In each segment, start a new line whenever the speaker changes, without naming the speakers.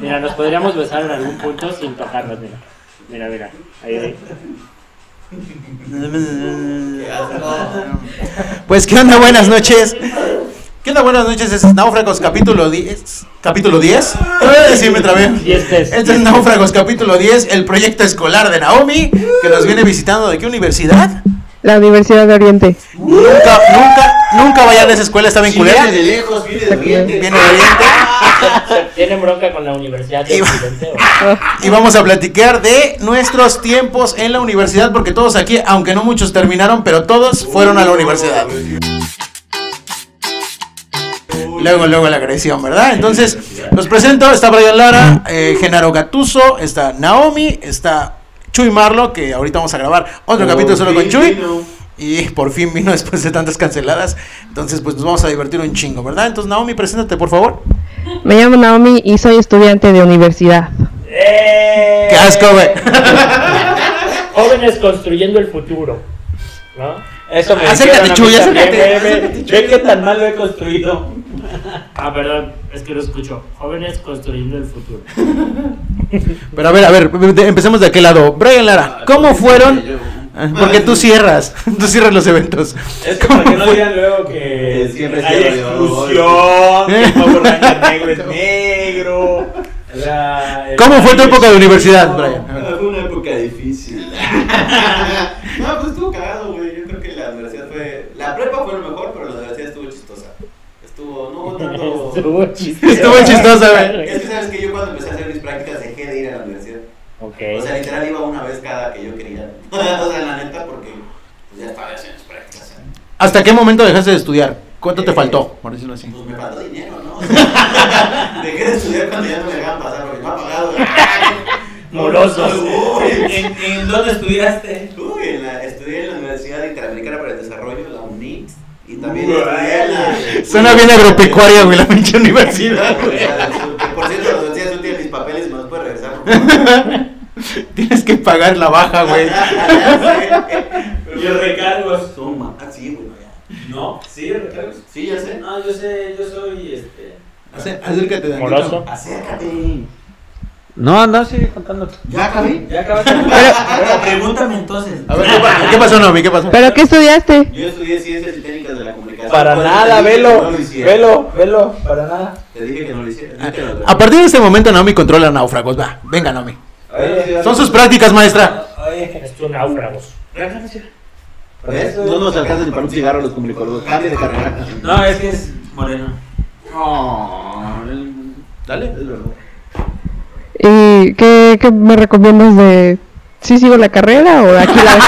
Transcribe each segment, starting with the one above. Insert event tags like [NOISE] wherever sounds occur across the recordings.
Mira, nos podríamos besar en algún punto sin tocarnos, mira. Mira, mira. Ahí, ahí.
[LAUGHS] Pues qué onda, buenas noches. ¿Qué onda? Buenas noches, Este es Náufragos capítulo 10. ¿Capítulo 10? Eh, Sí, me trabé.
Y este es.
Este es Náufragos capítulo 10, el proyecto escolar de Naomi, que nos viene visitando de qué universidad.
La Universidad de Oriente.
Nunca, nunca, nunca vayan a esa escuela, está bien
Si viene
culera.
de lejos, viene de oriente.
Viene de Oriente.
Tienen bronca con la universidad de
Iba-
Occidente.
Y vamos a platicar de nuestros tiempos en la universidad, porque todos aquí, aunque no muchos terminaron, pero todos fueron a la universidad. Luego, luego la agresión, ¿verdad? Entonces, los presento, está Brian Lara, eh, Genaro Gatuso, está Naomi, está Chuy Marlo, que ahorita vamos a grabar otro capítulo solo con Chuy. Y por fin vino después de tantas canceladas. Entonces, pues nos vamos a divertir un chingo, ¿verdad? Entonces, Naomi, preséntate, por favor.
Me llamo Naomi y soy estudiante de universidad.
¡Eh!
¡Qué asco,
[LAUGHS]
güey!
Jóvenes construyendo el futuro. ¿No?
Eso me
Acércate,
dijeron a mí
Chuy,
también,
acércate,
ve, ve, [LAUGHS] Ve qué tan mal lo he construido.
Ah, perdón, es que lo escucho. Jóvenes construyendo el futuro.
Pero a ver, a ver, de- empecemos de aquel lado. Brian Lara, ¿cómo fueron? Ah, Porque tú cierras, [LAUGHS] tú cierras los eventos.
Es que para que no digan luego que
Que siempre
hay
cierro yo.
exclusión, que el Power Ranger negro es negro. la- el-
¿Cómo fue tu época de universidad, Brian?
Fue una época
[LAUGHS]
difícil. no, pues estuvo cagado, güey. Yo creo que la universidad fue. La prepa fue lo mejor, pero la universidad estuvo chistosa. Estuvo, no hubo tanto.
[LAUGHS] Estuvo chistoso.
Estuvo chistoso, güey.
Es que sabes que yo cuando empecé a hacer mis prácticas dejé de ir a la universidad. O
Ok.
sea, literal iba una vez cada que yo quería. [LAUGHS] o sea, la neta, porque pues, ya estaba haciendo mis prácticas. ¿eh?
¿Hasta qué momento dejaste de estudiar? ¿Cuánto te faltó, por decirlo así?
Pues me faltó dinero, ¿no? [LAUGHS] O sea, dejé de estudiar cuando ya no me dejaban pasar porque me ha pagado. [LAUGHS]
Morosos.
Uy,
¿En, en dónde estudiaste?
uy, en la- estudié en la Universidad Interamericana para el Desarrollo, la UNIX, y también
Uy.
estudié en la...
Suena bien agropecuaria, güey, la pinche universidad.
[LAUGHS]
Por cierto, la Universidad Sur tiene mis papeles y me los puede regresar. por favor. [LAUGHS]
Tienes que pagar la baja, güey.
Sí.
Yo recargos.
Toma. Ah, sí, bueno, ya.
¿No? ¿Sí, recargos?
Sí, ya sé.
No, yo sé, yo soy este.
Acé- Acércate, Daniel.
Moroso.
Acércate.
No, no, sigue contando.
¿Ya acabé?
Ya [LAUGHS] acabaste. Pero pregúntame entonces.
A ver, ¿qué pa- ¿qué pasó, Naomi? ¿Qué pasó?
¿Pero qué estudiaste?
Yo estudié Ciencias y Técnicas de la Comunicación.
Para
Pues, te
nada,
dije que
velo.
no lo hiciera.
Velo, velo, para nada.
Te dije que no lo hiciera.
Ah,
A-
Nunca lo
A partir de este momento, Naomi controla náufragos. Va, venga, Naomi.
Oye,
Son sus prácticas, maestra.
Oye,
Es un náufrago.
¿Ves? No nos alcanza ni para un cigarro los comunicólogos. Cambia de carrera.
¿eh? No, es que es moreno.
Dale.
¿Y qué, qué me recomiendas de si sigo la carrera o aquí la
[LAUGHS]
dejo?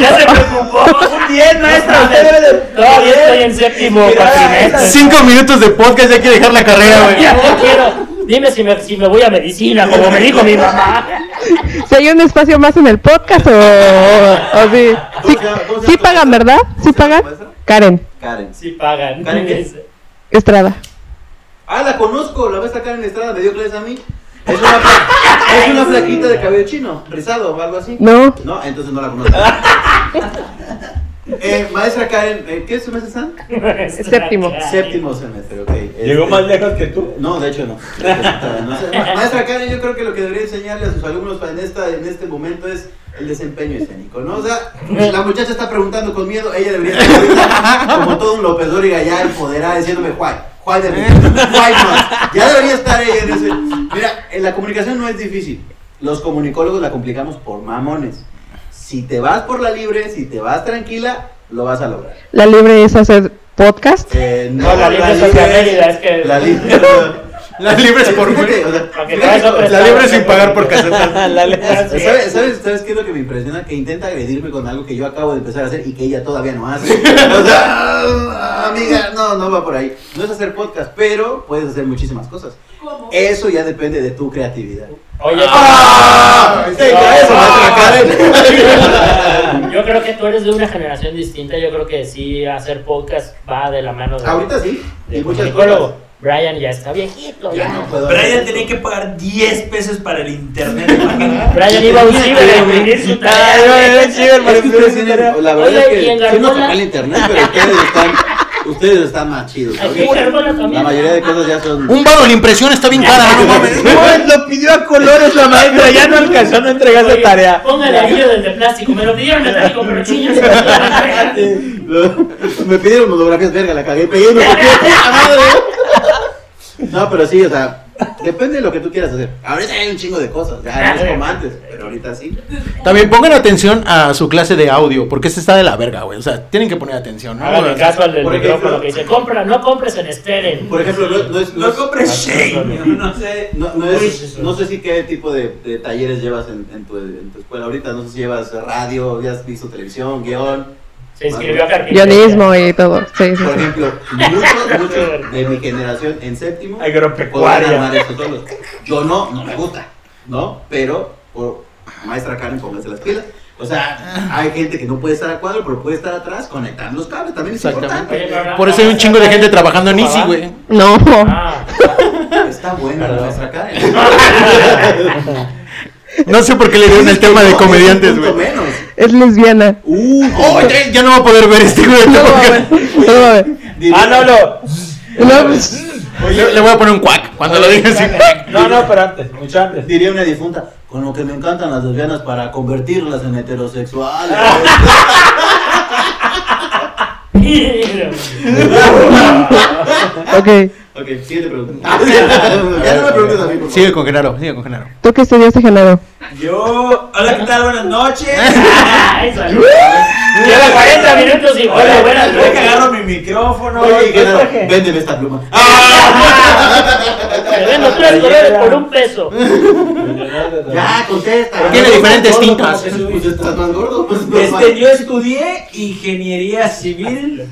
¡Ya se preocupó!
Un 10, maestra, usted debe de.
Todavía estoy en séptimo
Mira,
cuatrimestre.
Cinco minutos de podcast, ya hay que dejar la carrera, güey.
Ya no quiero. Dime si me, si me voy a medicina, como me dijo mi mamá.
¿Si hay un espacio más en el podcast o, o, o sí? sí? sí pagan, ¿verdad? ¿Sí pagan? Karen
Karen.
Sí pagan.
¿Karen qué?
Es-
Estrada.
Ah, la conozco. La maestra Karen Estrada me dio clases a mí. Es una, pla- es una flaquita de cabello chino, rizado o algo así.
No,
No, entonces no la conozco. [LAUGHS] Eh, maestra Karen, ¿en ¿qué semestre están?
[LAUGHS]
séptimo.
Séptimo semestre, ok.
Llegó
Este-
más lejos que tú.
No, de hecho no. No sé. Ma- Maestra Karen, yo creo que lo que debería enseñarle a sus alumnos para en, esta, en este momento es el desempeño escénico, ¿no? O sea, la muchacha está preguntando con miedo, ella debería estar ahorita, [LAUGHS] como todo un López Dóriga ya empoderada diciéndome, Juan, Juan de mí, Juan más. Ya debería estar ella en ese... Mira, en la comunicación no es difícil. Los comunicólogos la complicamos por mamones. Si te vas por la libre, si te vas tranquila, lo vas a lograr.
la libre es hacer podcast.
Eh,
No, la libre es hacia Mérida, es que.
[LAUGHS]
La libre...
Las libres por
Fíjate, o sea,
Porque
fíjate,
traes otra
o sea,
La libre sin pagar
[LAUGHS]
por casetas.
Así es.
¿Sabes, sabes, ¿Sabes qué es lo que me impresiona? Que intenta agredirme con algo que yo acabo de empezar a hacer y que ella todavía no
[LAUGHS]
hace. O sea, amiga, no, no va por ahí. No es hacer podcast, pero puedes hacer muchísimas cosas. Eso ya depende de tu creatividad.
Oye,
¡Ah! Venga, eso, maestra Karen.
[LAUGHS]
yo creo que tú eres de una generación distinta. Yo creo que sí, hacer podcast va de la mano de.
Ahorita sí,
de
y muchas cosas.
comunicólogo. Brian ya está viejito,
Ya
ya.
no puedo
Brian
hacer.
tenía que pagar 10 pesos para el internet.
Brian iba a un ciber a imprimir su
Ah,
tarea.
[LAUGHS] Es que ustedes tienen- la verdad
Oye,
es
y
que
en
sí nos
Gargola-
toca el internet, pero ustedes están Ustedes están más chidos. ¿ok?
Aquí, hermano,
La
también. ah,
mayoría de cosas ya
[LAUGHS]
son.
Un varo en impresión está bien cara, no mames.
No, lo pidió a colores la maestra, ya no alcanzó, no entregar
Oye,
la tarea.
Póngale anillo del de plástico. Me lo pidieron de plástico, pero chingas.
[LAUGHS]
Oye,
Lo- [LAUGHS] me pidieron monografías, verga, la cagué, pegué, me copié, puta madre. No, pero sí, o sea, depende de lo que tú quieras hacer. Ahorita hay un chingo de cosas, ya no es como antes, pero ahorita sí.
También pongan atención a su clase de audio, porque este está de la verga, güey. O sea, tienen que poner atención, ¿no?
Háganle caso al del
Por
micrófono
ejemplo-
que dice: compra, no compres en Steren.
Por ejemplo, no, no es, no es-
No sé.
no- no es- no sé si qué tipo de, de talleres llevas en, en tu, en tu escuela ahorita, no sé si llevas radio, ya has visto televisión, guión.
Se inscribió a carpintería.
Guionismo y todo. Sí, sí,
Por
sí.
ejemplo,
[LAUGHS]
muchos, muchos de mi generación en séptimo podrán
Agropecuaria.
armar esto solos. Yo no, no me gusta, ¿no? Pero, por maestra Karen, póngase las pilas. O sea, hay gente que no puede estar a cuadro, pero puede estar atrás conectando los cables, también es
Exactamente.
Oye,
importante.
pero no- [LAUGHS]
Por eso hay un chingo de gente trabajando en Easy, güey.
No.
Ah,
Está buena la maestra Karen.
[LAUGHS]
No sé por qué le dieron el tema de
No,
comediantes,
un punto
güey.
menos.
Es lesbiana.
[LAUGHS] Uh,
Oh, ya, ya no va a poder ver este güey.
No mames. No mames.
Ah, no, no.
No,
[LAUGHS]
pues,
Le, le voy a poner un cuac cuando lo digan así. cuac.
No, no, pero antes, mucho antes.
Diría una difunta, con lo que me encantan las lesbianas para convertirlas en
[LAUGHS]
heterosexuales.
Ok.
ok, siguiente [LAUGHS] pregunta. ya no me preguntes a mí, por favor.
Sigue con Genaro, sigue con Genaro.
¿Tú qué estudiaste, Genaro?
Yo. Hola, ¿qué tal? Buenas noches.
Ay, salud. Ah, Lleva 40 minutos y
Hola,
hola, buenas
Voy
[LAUGHS]
que agarro
noches.
mi micrófono.
Oye,
¿qué
Genaro,
traje?
véndeme esta pluma.
Te vendo tres colores por un peso.
Ya, contesta.
Tiene
Gordo,
diferentes
gordo,
tintas.
como Jesús, pues, estás más gordo, pues,
Este,
normal.
yo estudié ingeniería civil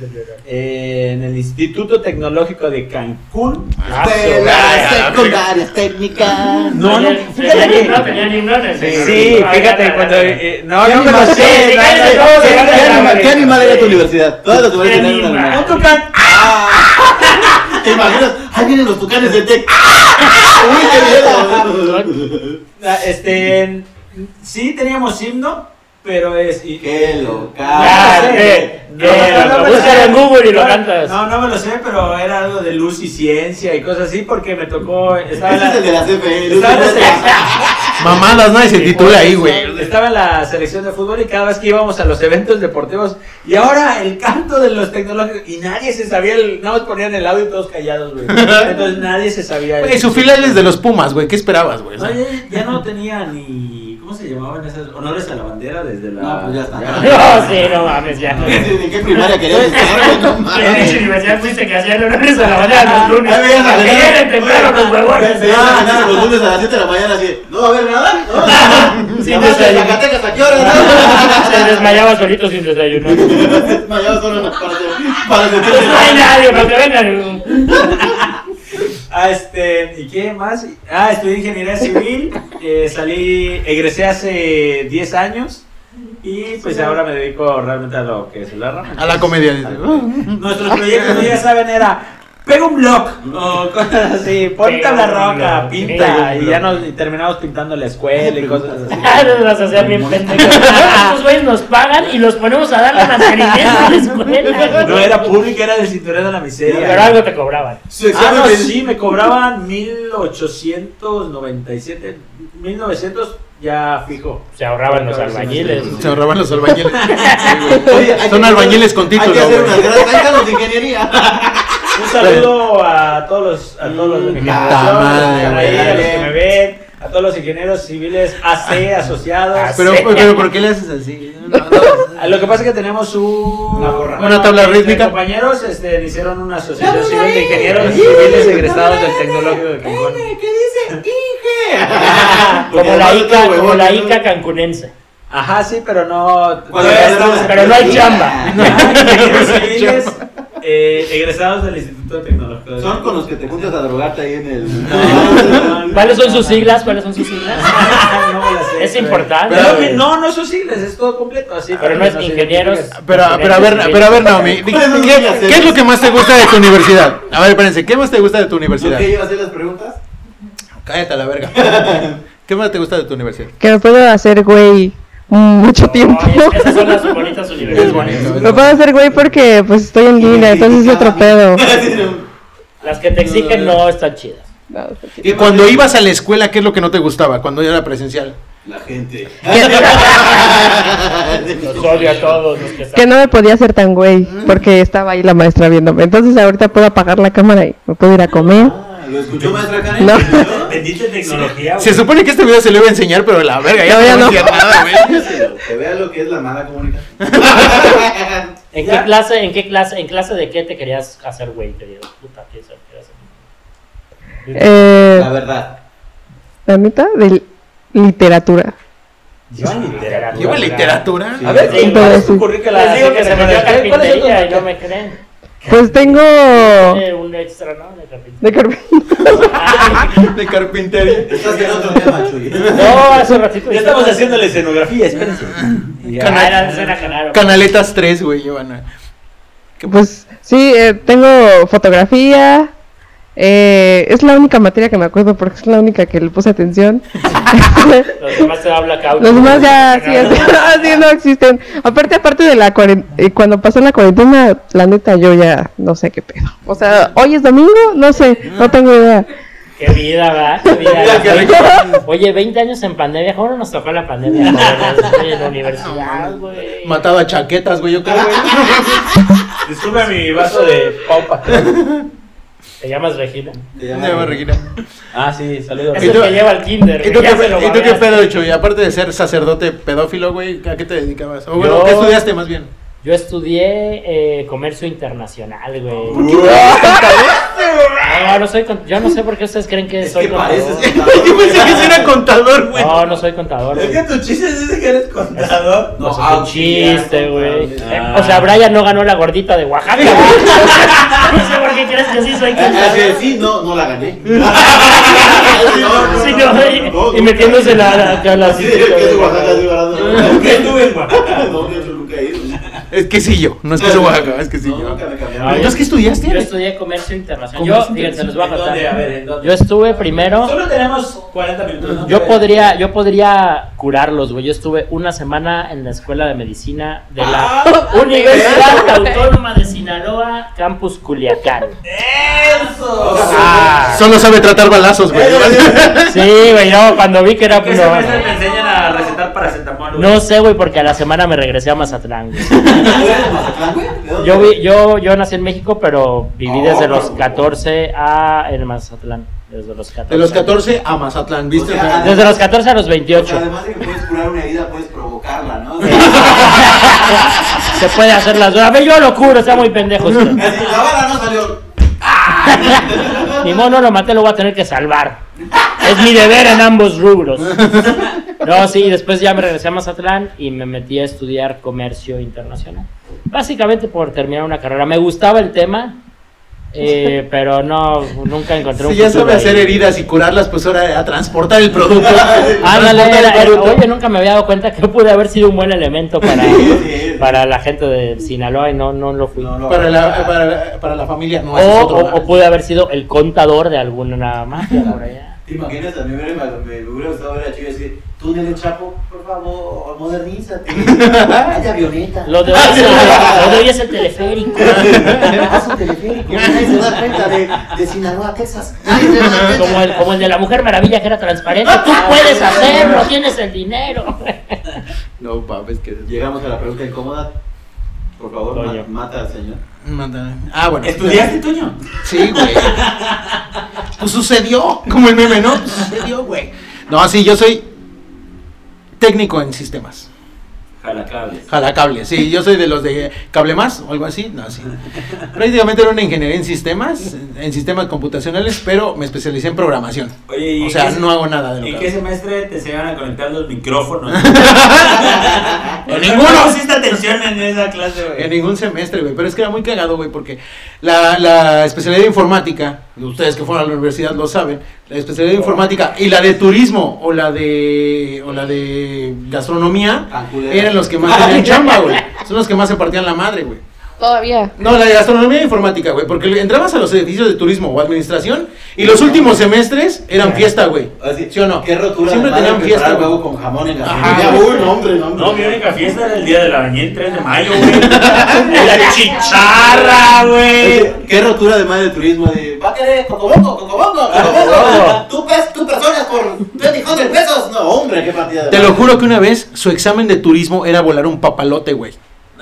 eh, en el Instituto Tecnológico de Cancún.
Ah,
Ah,
De las secundarias técnicas.
No, no,
Tenía
fíjate
ni un
que-
no, tenía ni un no en el
Sí,
señor. Ay,
fíjate,
gana,
cuando.
gana.
eh, no,
Ya
no
ni
me lo
madre,
sé.
ya
no,
ni
no,
madre,
no,
ya ni
no,
madre.
no,
¿Qué animal era tu universidad? Todas las
Qué
universidades tenían una
animal.
no.
animal.
Un tucán. ¡Ah!
¿Te imaginas? Ahí vienen los tucanes de Tec. ¡Uy, qué miedo!
Ah, Este. Sí, teníamos himno, pero es. y-
¡Qué
Ah,
Ya,
sí.
loca!
eh,
No,
eh,
no, no
lo
me lo
buscas
sé.
en Google y lo
No,
cantas.
No, no me lo sé, pero era algo de luz y ciencia y cosas así, porque me tocó. Estaba en
Ese
la,
es el de la E, CFE.
estaba en este- la selección-
[LAUGHS]
Mamadas, nadie se titula ahí, güey.
Estaba en la selección de fútbol y cada vez que íbamos a los eventos deportivos, y ahora el canto de los tecnológicos, y nadie se sabía, el, nada más ponían el audio y todos callados, güey. Entonces nadie se sabía.
Güey, su filial es de los Pumas, güey. ¿Qué esperabas, güey? O
No,
sea,
ya, ya no tenía ni. ¿Cómo se llamaban esas? Honores a la bandera desde la.
No, pues ya está. [LAUGHS]
No, sí, no mames, ya.
Este, ¿En qué primaria querías estar? güey? No
En
mames.
dicha universidad fuiste que hacían honores a la mañana los lunes.
Ahí veías a la-
Que lleguen temprano los huevones.
Veías a la mañana, este, los lunes a las 7 de la mañana así, no va a haber nada, ¿no?
Sí,
Ya vas de
desayuno.
Zacatecas, ¿a qué hora?
Se desmayaba solito sin desayunar. No
[LAUGHS] No? Desmayado solo para sentir- para sentir-
hay nadie, no te vengan.
Ah, este, ¿y qué más? Ah, estudié
[LAUGHS]
ingeniería civil, eh, salí, egresé hace 10 años y pues ahora me dedico realmente a lo que es la rama.
a la comedia. dice.
Nuestros proyectos, ya saben, era pega un blog o cosas así, ponte
Pega
la
un
roca,
blog, pega
pinta
un
y
blog.
ya nos y terminamos pintando la escuela y cosas
[LAUGHS]
así.
Ah, nos vas a hacer bien pendejos. Estos güeyes nos pagan y los ponemos a dar la mantenimiento a la escuela.
No era pública, era del cinturón de la miseria.
Pero algo te cobraban.
Su
Ah,
examen
no,
de-
sí, me cobraban 1897, 1900 ya fijo.
Se ahorraban los albañiles.
Se ahorraban los albañiles.
Oye, hay
Son
que-
albañiles con
Hay que
título,
hacer
güey.
unas grandes décadas de ingeniería.
Un saludo a todos los, a todos los de mi
Puta
generación, a los que
madre,
están ahí, a los que
güey.
me ven, a todos los ingenieros civiles AC asociados.
Ah, Pero, pues, pero, ¿por qué le haces así? No,
Ah, Lo que pasa es que tenemos un...
Una borra.
Una tabla
entre
rítmica.
compañeros este, hicieron una asociación civil de ingenieros civiles egresados del tecnológico de Cancún.
Como la
Porque
ICA,
además
como la
otro
ICA cancunense.
Ajá, sí, pero no...
Cuando
todavía
ya
estamos-
estamos-
Pero no hay
[LAUGHS]
chamba.
Ah, ingenieros civiles eh, egresados del Instituto de Tecnología. de
Son con los que te juntas a drogarte ahí en el.
¿Cuáles son sus siglas? ¿Cuáles son sus siglas?
No me las sé,
Es
güey.
importante.
Pero que- no, no son siglas, es todo completo. Así,
Pero no es ingenieros.
Pero, pero a ver, pero a ver, Naomi, di-
¿Cuáles son
¿qué,
las
qué es lo que más te gusta de tu universidad? A ver, espérense, ¿qué más te gusta de tu
¿No
universidad?
que yo hacer las preguntas?
[LAUGHS] Cállate a la verga. ¿Qué más te gusta de tu universidad?
Que me puedo hacer güey mucho tiempo.
Oye, esas son
[LAUGHS]
las bonitas universidades.
Es bonito.
Me puedo hacer güey porque pues estoy en línea, entonces es otro
[LAUGHS]
[LAUGHS]
pedo.
Las que te exigen no están chidas.
No, está chido.
Y cuando ibas a la escuela, ¿qué es lo que no te gustaba? Cuando era presencial.
La gente.
Los odio a todos los que
Que
están.
no me podía hacer tan güey porque estaba ahí la maestra viéndome. Entonces ahorita puedo apagar la cámara y me puedo ir a comer.
[LAUGHS] Ah, ¿Lo escuchó maestra Karen?
No.
Bendita
[LAUGHS]
tecnología.
Se supone que este video se le iba a enseñar, pero la verga, ya
No, ya
no,
no.
hacía nada, güey.
Que vea lo que es la mala comunicación.
¿En
Ya.
qué clase, en qué clase, en clase de qué te querías hacer, güey? Te digo, puta, ¿qué es lo que querías hacer?
Eh,
La verdad.
la mitad de literatura.
Lleva literatura.
Lleva literatura.
Sí.
A ver,
Sí,
¿cuál es
sí.
tu currícula?
Les digo que se me dio
¿Cuál es tu
carpintería y
currícula?
no me creen.
Pues tengo
Tiene un extra, ¿no? De carpintería.
de carpintería.
[LAUGHS] De carpintería.
Estás en otro tema, Chuy.
No, hace ratito.
Ya estamos haciendo la escenografía, espérense. Ya.
Ah, era, esa era Genaro.
Canaletas 3, güey, llevan.
[LAUGHS] Pues sí, eh, tengo fotografía. eh, es la única materia que me acuerdo porque es la única que le
[LAUGHS]
puse atención. [LAUGHS]
Los demás se habla caucho.
Los demás ya sí,
Genaro.
es- así no existen. Aparte, aparte de la cuaren- eh, cuando pasó la cuarentena, la neta yo ya no sé qué pedo. O sea, hoy es domingo, no sé, no tengo idea.
Qué vida,
[LAUGHS]
¿verdad? Qué vida.
Mira, qué rico.
Oye, 20 años en pandemia. ¿Cómo no nos tocó la pandemia? jóvenes? Estoy en la universidad, güey.
Mataba chaquetas, güey, yo creo, güey.
Disculpa mi vaso de pompa.
¿Te llamas Regina?
Te
Ya,
llama-
Regina.
Ah, sí, saludos.
Es
¿Y
el
tú-
que lleva el kinder.
¿Y tú
güey,
qué,
ya se lo
pe- ¿y tú qué
babeaste.
pedo, Chuy? Aparte de ser sacerdote pedófilo, güey, ¿a qué te dedicabas? O bueno,
Yo-
¿qué estudiaste más bien?
Yo estudié eh, comercio internacional, güey. No, no soy cont- Yo no sé por qué ustedes creen que
Es
soy
que pareces
contador.
contador.
Yo pensé que sí era contador, güey.
No, no soy contador.
Es
güey.
que tu chiste es ese que eres contador.
No, es
ah,
un
sí,
chiste,
ya,
güey.
ah.
Eh, O sea, Brian no ganó la gordita de Oaxaca, güey. [LAUGHS] No sé por qué crees que sí soy
Ah, sí, Ah,
contador.
Sí, no, no la gané.
Sí, no, y- y metiéndose la, la, la, la-
Sí, que es de Oaxaca, sí, barato.
¿Qué tuve en Oaxaca?
No, yo nunca he ido.
Es que sí yo, no es que soy Oaxaca, es que sí
No,
yo.
nunca me
Ay,
cambiaron.
Entonces, ¿qué estudiaste?
Yo estudié comercio internacional.
Comercio
yo, fíjense, les voy a
¿En dónde? A ver,
contar.
¿en dónde?
Yo estuve primero.
Solo tenemos 40 minutos. ¿no?
Yo podría, yo podría curarlos, güey. Yo estuve una semana en la escuela de medicina de la [LAUGHS] Universidad Autónoma de Sinaloa, Campus Culiacán.
¡Eso!
Ah.
Solo sabe tratar balazos, güey.
Sí, güey, no, cuando vi que era.
¿Qué semestre
no,
te enseñan a recetar paracetamol? güey?
No sé, güey, porque a la semana me regresé a Mazatlán. güey.
¿Tú eres Ah, de Mazatlán, güey? ¿De dónde?
Yo, vi- yo, yo nací en México, pero viví desde
Oh.
los 14 a en Mazatlán. Desde los 14.
[LAUGHS] De los 14 a Mazatlán, ¿viste?
O sea,
Desde los 14 a los
O sea,
[LAUGHS]
28.
además de que puedes curar una herida, puedes provocarla, ¿no?
Se puede hacer las dos. A ver, yo lo curo, está muy
[LAUGHS]
pendejo. usted.
Así, la bala no salió.
Ni modo, no lo maté, lo voy a tener que salvar. Es mi deber en ambos rubros. No, sí, después ya me regresé a Mazatlán y me metí a estudiar comercio internacional. Básicamente por terminar una carrera. Me gustaba el tema, eh, pero no, nunca encontré un
si ya
futuro
sabe hacer
ahí.
heridas y curarlas, pues ahora a transportar el producto. [LAUGHS]
Ándale,
Transportar el
era- era-
producto.
oye, nunca me había dado cuenta que pude haber sido un buen elemento para,
sí.
para la gente de Sinaloa y no, no lo fui.
No, no.
Para la, para, para la familia no
o,
es otro
o-
lugar.
o pude haber sido el contador de alguna mafia por allá.
¿Te imaginas? A mí me, me- me hubiera gustado ver a Chuy decir, tú dele chapo, por favor,
[LAUGHS]
modernízate. Hay avioneta.
Lo de hoy [LAUGHS] es el, lo de hoy es el [LAUGHS] teleférico.
Haz un teleférico. Nadie se da cuenta de, de Sinaloa,
[LAUGHS]
Texas. Nadie se da cuenta.
Como el, como el de la Mujer Maravilla que era transparente. Tú puedes hacerlo, tienes el dinero.
No, papá, es que...
Llegamos a la pregunta incómoda. Por favor, ma-
Toño.
mata al señor.
Mándale. Ah, bueno.
¿Estudiaste, Toño?
Sí, güey. Pues sucedió, como el meme, ¿no? Pues sucedió, güey. No, sí, yo soy técnico en sistemas.
Jalacables.
Jalacable, sí, yo soy de los de cable más o algo así, no, sí. Prácticamente era una ingeniería en sistemas, en sistemas computacionales, pero me especialicé en programación.
Oye, ¿y
O sea,
qué-
no hago nada de lo
¿En
que
qué
hago.
semestre te enseñaron a conectar los micrófonos?
[LAUGHS] En ninguno.
No pusiste atención en esa clase, güey.
En ningún semestre, güey, pero es que era muy cagado, güey, porque la, la especialidad de informática, y ustedes que fueron a la universidad lo saben, la especialidad de informática y la de turismo o la de o la de gastronomía
Tan Ah, culera. [LAUGHS]
eran los que más tenían chamba, güey. Son los que más se partían la madre, güey.
Todavía.
No, la de gastronomía e informática, güey. Porque entrabas a los edificios de turismo o administración y los últimos semestres
[LAUGHS]
eran fiesta, güey.
Así,
¿Sí o no?
Qué rotura.
Siempre
de madre
tenían
preparar
fiesta, güey.
huevo con jamón en la
Ajá.
familia. Uy, no, hombre, no, hombre.
No, mi única fiesta era el día de la mañana, el 3 de mayo, [LAUGHS] güey. La chicharra,
Eh,
güey.
Oye, Qué rotura de madre de turismo de Eh, va a querer cocobongo, cocobongo, cocobongo. Tú, pes- tú personas por 200 pesos. No, hombre, qué partida de
Te lo juro que una vez su examen de turismo era volar un papalote, güey.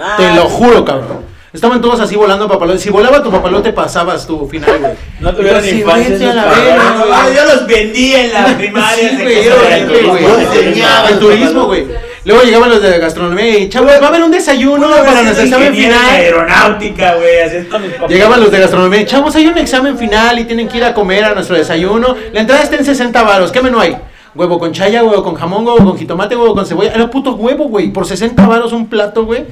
Ah.
Te lo juro, cabrón. Estaban todos así volando papalote. Si volaba tu papalote, pasabas tu final, güey.
No tuvieron
Entonces,
infancia
Pues vete a
esos
la
cabrones,
verga,
güey.
güey.
Yo los vendía en las primarias
Sí,
de
güey,
que
era
se
horrible,
veían
güey.
como-
Enseñaba
El
los
turismo, güey.
papalotes.
Luego llegaban los de gastronomía y, chavos, va a haber un desayuno
Uno
para
era
nuestro examen
ingeniero en
final.
Aeronáutica, güey. Así es con mis papás.
Llegaban los de gastronomía, chavos, hay un examen final y tienen que ir a comer a nuestro desayuno. La entrada está en 60 varos, ¿qué menú hay? Huevo con chaya, huevo con jamón, huevo con jitomate, huevo con cebolla. Era puto huevo, güey. Por 60 varos un plato, güey.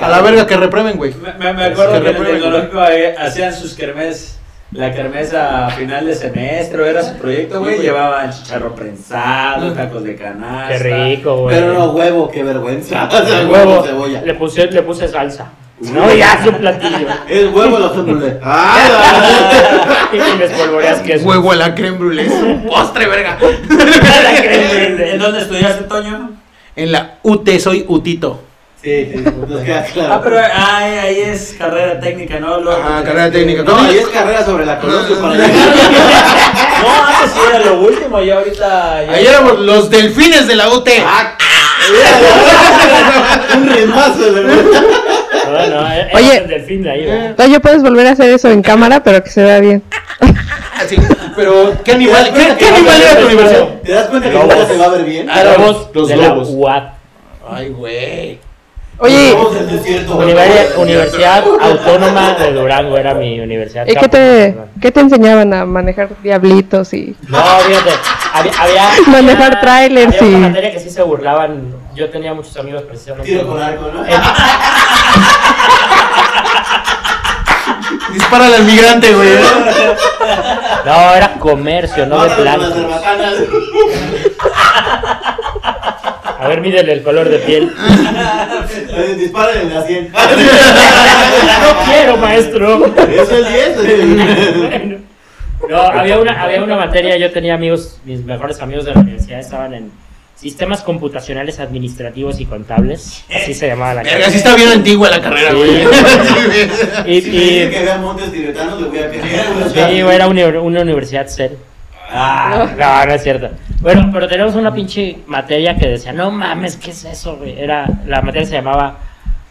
A la verga que reprueben, güey.
Me- Me, me acuerdo
Se
que en el
reprueben.
tecnológico eh, hacían sus kermés. La kermés a final de semestre, o era su proyecto, güey. Llevaban chicharro prensado, tacos de canasta.
Qué rico, güey.
Pero
[LAUGHS]
no, huevo, qué vergüenza. [LAUGHS] O sea, huevo,
Ah, huevo.
cebolla.
Le puse, le puse salsa. No, ya su platillo.
El huevo lo hacen Ah,
y me espolvoreas queso.
Huevo a la creme brulee. Es un postre, [LAUGHS] verga.
La crema.
¿En en dónde estudiaste, Toño?
En la UT, soy Utito.
sí, sí, nos queda claro.
Ah, pero ahí, ahí es carrera técnica, ¿no? Luego-
Ah, carrera técnica.
No, ahí es carrera sobre la Colosio para
[LAUGHS]
llegar.
No, antes sí era lo último, ya ahorita. ya-
Ahí éramos los delfines de la UT.
Ah, mira, Un ritmazo, de verdad.
No, no, eh,
Oye.
era el delfín de ahí, güey.
Oye, puedes volver a hacer eso en cámara, pero que se vea bien.
Sí, Pero, ¿qué animal, qué, qué animal era tu universidad?
¿Te das cuenta que
Lobos.
nunca se va a ver bien?
Ah,
Lobos
los
de
lobos.
la UAP.
Ay, güey.
Oye,
Lobos del desierto.
Univers- Universidad Autónoma de Durango era mi universidad.
¿y qué te, qué te enseñaban a manejar diablitos y
No, fíjate. Había, había,
Manejar
había-
trailers
había una
y-
materia que sí se burlaban. Yo tenía muchos amigos precisamente.
Tiro con arco, ¿no?
Dispara al migrante, güey.
No, era comercio, no de
Mátalo con las
plantas. [LAUGHS]
cerbatanas.
A ver, mídele el color de piel.
[LAUGHS] Eh, Disparen en la 100.
[LAUGHS] no quiero, maestro.
Es el 10. eh.
Bueno. No, había una, había una materia, yo tenía amigos, mis mejores amigos de la universidad estaban en sistemas computacionales administrativos y contables, así se llamaba la
Verga, sí
carrera.
está bien antigua la carrera,
Sí.
güey. [LAUGHS]
Y,
[LAUGHS] Si me dicen que
y-
vean montes tibetanos, le voy a creer. o sea.
sí, era una, una universidad ser.
Ah,
No, no es cierto. Bueno, pero tenemos una pinche materia que decía, no mames, ¿qué es eso, güey? Era, la materia se llamaba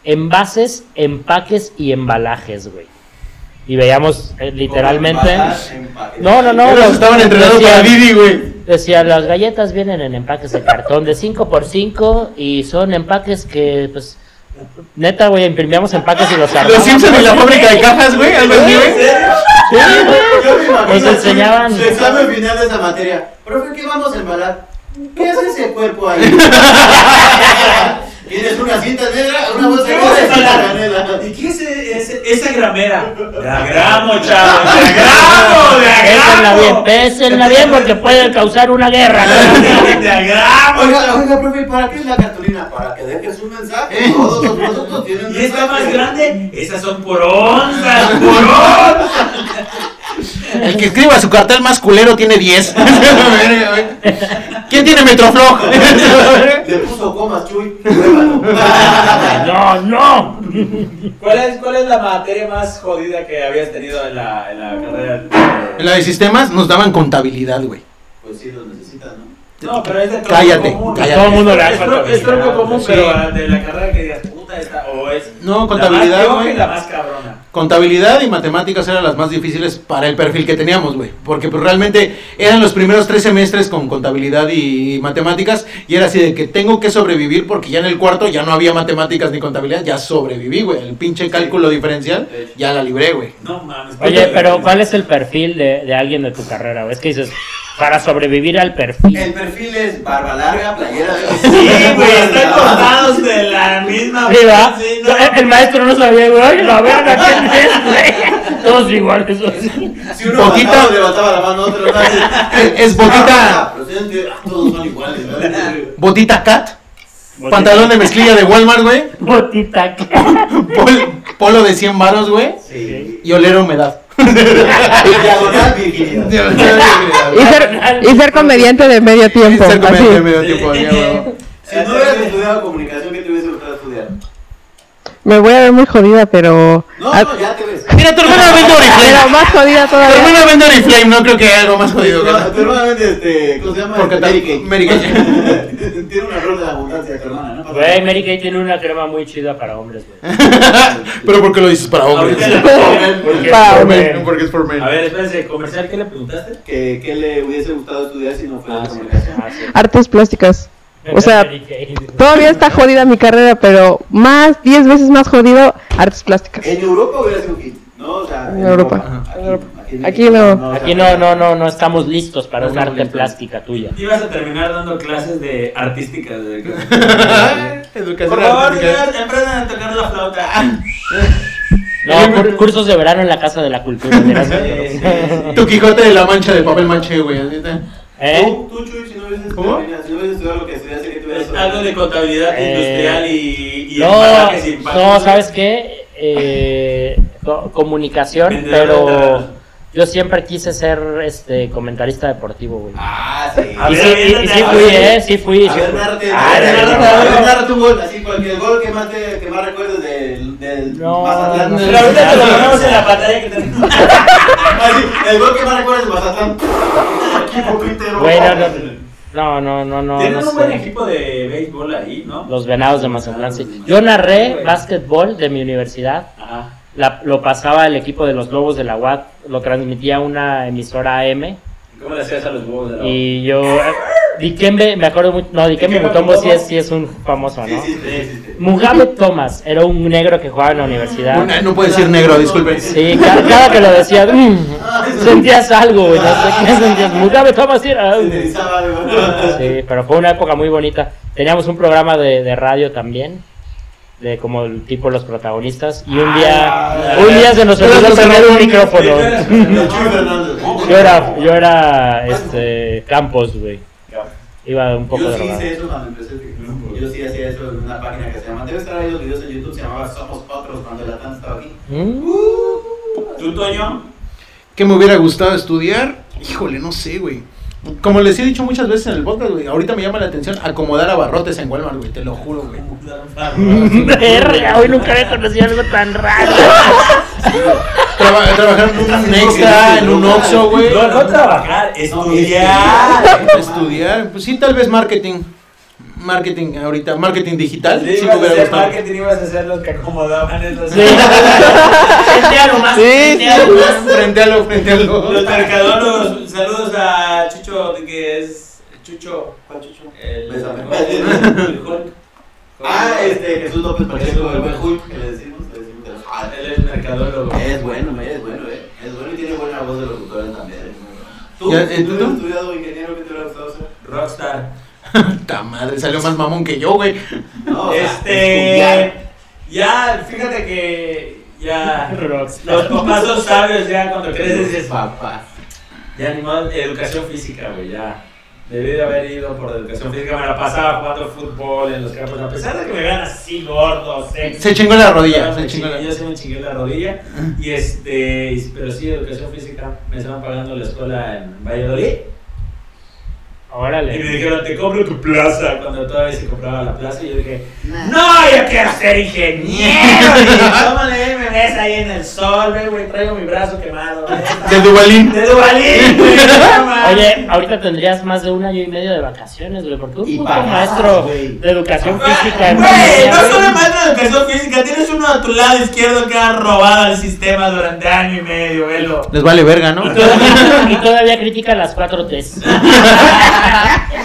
envases, empaques y embalajes, güey. Y veíamos eh, literalmente...
Empaques, empaques.
No, no, no.
Ellos estaban entrenados
Decía-
para Didi, güey.
Decía, las galletas vienen en empaques de cartón de 5x5 y son empaques que, pues, neta, güey, imprimíamos empaques y los
Los
armábamos.
Simpson y la fábrica de cajas, güey. Algo así,
¿En
güey.
serio? Yo me imagino
Nos enseñaban.
su examen final de esa materia. Profe, ¿qué vamos a embalar? ¿Qué hace ese cuerpo
[LAUGHS]
ahí? ¿Tienes una cinta negra? Una bolsa
¿Qué
de
vas a
cinta
embalar?
negra.
¿Y qué es ese- esa gramera? La gramo, chavo. La gramo,
Pésenla
la
bien,
gramo.
pésenla bien porque
[LAUGHS]
puede causar una guerra. ¿no?
La gramo.
Oiga, oiga, profe, ¿para qué es la cartulina? Para que dejes un mensaje. Todos los productos tienen un
¿Y esta más
mensaje.
grande? Esas son por onzas, por onzas.
El que escriba su cartel más culero tiene 10. Verga, güey. [LAUGHS] ¿Quién tiene Metroflog?
Le puso comas, Chuy.
No, no.
¿Cuál es, ¿Cuál es la materia más jodida que habías tenido en la, en la carrera?
En [LAUGHS] la de sistemas nos daban contabilidad, güey.
Pues sí, lo necesitan, ¿no?
No, pero es de tronco
Cállate,
común.
cállate.
Todo el mundo le da
Es, tro- es tronco común,
Sí.
pero ah, de la carrera que digas, puta, esta, o es.
No, contabilidad,
La más pioja
güey.
y la más cabrona.
Contabilidad y matemáticas eran las más difíciles para el perfil que teníamos, güey. Porque pues, realmente eran los primeros tres semestres con contabilidad y matemáticas. Y era así de que tengo que sobrevivir porque ya en el cuarto ya no había matemáticas ni contabilidad. Ya sobreviví, güey. El pinche cálculo diferencial ya la libré, güey.
No mames.
Oye, pero ¿cuál es el perfil de, de alguien de tu carrera? güey? Es que dices, para sobrevivir al perfil.
El perfil es barba larga, playera.
Sí, güey, están cortados de la misma.
Sí, ¿verdad?
Sí, no.
el, el maestro no sabía, güey. "Ay, La verga, ¿quién es, güey?".
[LAUGHS]
Todos iguales.
Si uno
Boquita.
levantaba, levantaba la mano, otro no.
Es- es boquita.
Ah, pero sí, entiendo. Ah, Todos son iguales, ¿verdad?
Botita cat, pantalón de mezclilla de Walmart, güey.
Botita.
Pol- polo de 100 varos, güey,
Sí.
y oler a [LAUGHS] humedad.
Diagonal virginidad.
Y
[LAUGHS]
ser, y ser comediante de medio tiempo.
Ser comediante de
así.
medio tiempo, güey, güey.
Si no hubieras estudiado comunicación, ¿qué te hubiese gustado estudiar?
Me voy a ver muy jodida, pero.
No,
ah,
no, ya te ves.
Mira, tu hermana vende
pero
Oriflame.
más jodida
Tu
todavía.
hermana vende Oriflame, no creo que haya algo más jodido,
Tu
güey.
tu hermana vende este. ¿Cómo se llama?
Porque
Este,
tal- Mary Kay.
[LAUGHS] Tiene un error de abundancia, tu hermana, ¿no?
Güey, Mary Kay tiene una crema muy chida para hombres, güey.
[LAUGHS] Pero ¿por qué lo dices para hombres?
[LAUGHS] Ahorita la-
[LAUGHS]
Porque-
Pa'
Por
porque-
men, Porque es por men.
A ver, espérense, comercial, ¿qué le preguntaste?
Que, que le hubiese gustado estudiar si no fuera
Ah,
de
sí,
comunicación.
ah, sí.
Artes plásticas. O sea,
Mary Kay.
Todavía está jodida mi carrera, pero más, 10 veces más jodido, artes plásticas.
En Europa hubiera sido un hit, ¿no? O sea,
En Europa.
Aquí,
En Europa.
en
Aquí
México,
no.
o sea,
Aquí no, no, no, no estamos listos para
No
una
estamos
arte
listos.
plástica tuya.
Ibas a terminar dando clases de artísticas. de-
[LAUGHS]
[LAUGHS]
Educación
Por favor,
artística.
niños, emprendan a tocar la flauta.
No, cur- cursos de verano en la Casa de la Cultura. verás, güey.
Sí, sí, sí.
Tu Quijote de la Mancha de papel manché, güey. así está.
¿Eh?
Tú, tú, Chuy, si no hubieses
¿Cómo?
terminado- si no hubieses estudiado lo que estudiaste, ¿qué te hubieras
Es algo de contabilidad
Eh,
industrial y, y
No,
empaque sin empaque.
no, ¿sabes qué? Eh, co- comunicación,
Vendedor de
pero
terrenos.
yo siempre quise ser este comentarista deportivo, güey.
Ah, sí.
A
Y
ver,
sí, y- y
aviéntate,
sí
a
fui,
ver.
eh, sí fui.
A
sí
ver,
fui.
narrate,
Ah,
a ver,
narra,
narra,
narra.
a ver, narra tu gol, así, cualquier gol que más, te, que más recuerdes del, del
No,
Mazatlán.
no,
Pero ahorita te lo ponemos en la pantalla que tenemos.
Así, el gol que más recuerdes del Mazatlán. Equipo Quintero.
Güey, no, no, no, no, no,
Tienen
no
un buen
sé.
equipo de béisbol ahí, ¿no?
Los venados de Mazatlán, sí. Yo narré básquetbol de mi universidad.
Ajá.
La- lo pasaba el equipo de los Lobos de la UAT. Lo transmitía una emisora AM.
¿Y ¿Cómo le hacías a los huevos de la
Y yo. eh, Dikembe, me acuerdo mucho. No, Dikembe
Dikembe
Mutombo sí
Mutombo.
es, sí es un famoso,
Sí,
¿no?
sí, sí, sí, sí.
Muhammad Thomas era un negro que jugaba en la universidad.
Una- No puede decir negro, disculpe.
Sí, ca- cada, que lo decías, mm, sentías algo, güey. No sé qué sentías. Mugabe Thomas era. uh.
Se te erizaba algo, ¿no?
Sí, pero fue una época muy bonita. Teníamos un programa de, de radio también, de como el tipo los protagonistas. Y un día, un día Ah, se nos olvidó tener un micrófono. [LAUGHS]
El Chuy Fernández.
Yo era, yo era, este, Campos, güey. Iba un poco
Yo sí
drogado.
hice eso cuando empecé. Yo sí hacía eso en una página que se llama. Debe estar ahí los videos en YouTube. Se llamaba Somos Potros cuando la TAN estaba aquí.
¿Mm?
¿Tú, Toño?
¿Qué me hubiera gustado estudiar? Híjole, no sé, güey. Como les he dicho muchas veces en el podcast, güey, ahorita me llama la atención acomodar abarrotes en Walmart, güey, te lo juro, güey.
[LAUGHS]
Verga, hoy nunca había conocido algo tan raro.
Traba- trabajar
[LAUGHS]
en un extra, en un Oxxo, güey.
No, no trabajar, estudiar.
[LAUGHS]
[LAUGHS]
Estudiar, pues sí, tal vez marketing. Marketing ahorita, marketing digital,
Le
sí
ibas
me
a
hubiera
hacer
gustado.
marketing, ibas a hacer los que acomodaban en los... [LAUGHS]
Sí. Sentía nomás,
Sí, sí,
sentía nomás.
frente a lo, frente a
Los
lo.
mercadólogos, saludos a Chucho, que es Chucho,
¿Cuál chucho?
el,
Bésame.
[LAUGHS] el Hulk.
Ah, este, Jesús López Pacheco, el buen Hulk, que le decimos. Le decimos
Ah,
ah,
Él es mercadólogo.
es bueno, es bueno, eh. Es bueno y tiene buena voz de locutores también. eh. ¿Tú,
¿Ya, eh,
si tú
tú,
hubieras
tú?
estudiado ingeniero, qué te hubiera gustado hacer?
Rockstar.
Puta madre, salió más mamón que yo, güey.
No, o sea, estudiar.
Este. Ya, fíjate que. Ya. Los papás son sabios ya cuando creces dices.
Papás.
Ya ni modo, educación física, güey, ya. Debí de haber ido por educación física, me la pasaba jugando fútbol en los campos, a pesar de que me vean así gordo, sexy.
Se chingó la
Yo
rodilla,
me
se chingó la
chingué- Yo sí me chingué la rodilla. Y este, y- pero sí, educación física. Me estaban pagando la escuela en Valladolid. Y me
Órale.
dijeron, te compro tu plaza. Cuando todavía se compraba la plaza, y yo dije, no, yo quiero ser ingeniero. Y dije, Tómale, me ves ahí en el sol, ve, güey, traigo mi brazo quemado. ¿eh? [LAUGHS]
De Dubalín.
De Duvalín, güey. no mames.
Oye, ahorita tendrías más de un año y medio de vacaciones, güey, porque un
Y
puto
pagadas,
maestro
güey.
de educación física.
Güey,
en
no
Colombia,
solo
güey.
maestro de educación física, tienes uno a tu lado izquierdo que ha robado el sistema durante año y medio, velo.
Les vale verga, ¿no?
Y todavía- y todavía critica las cuatro T's.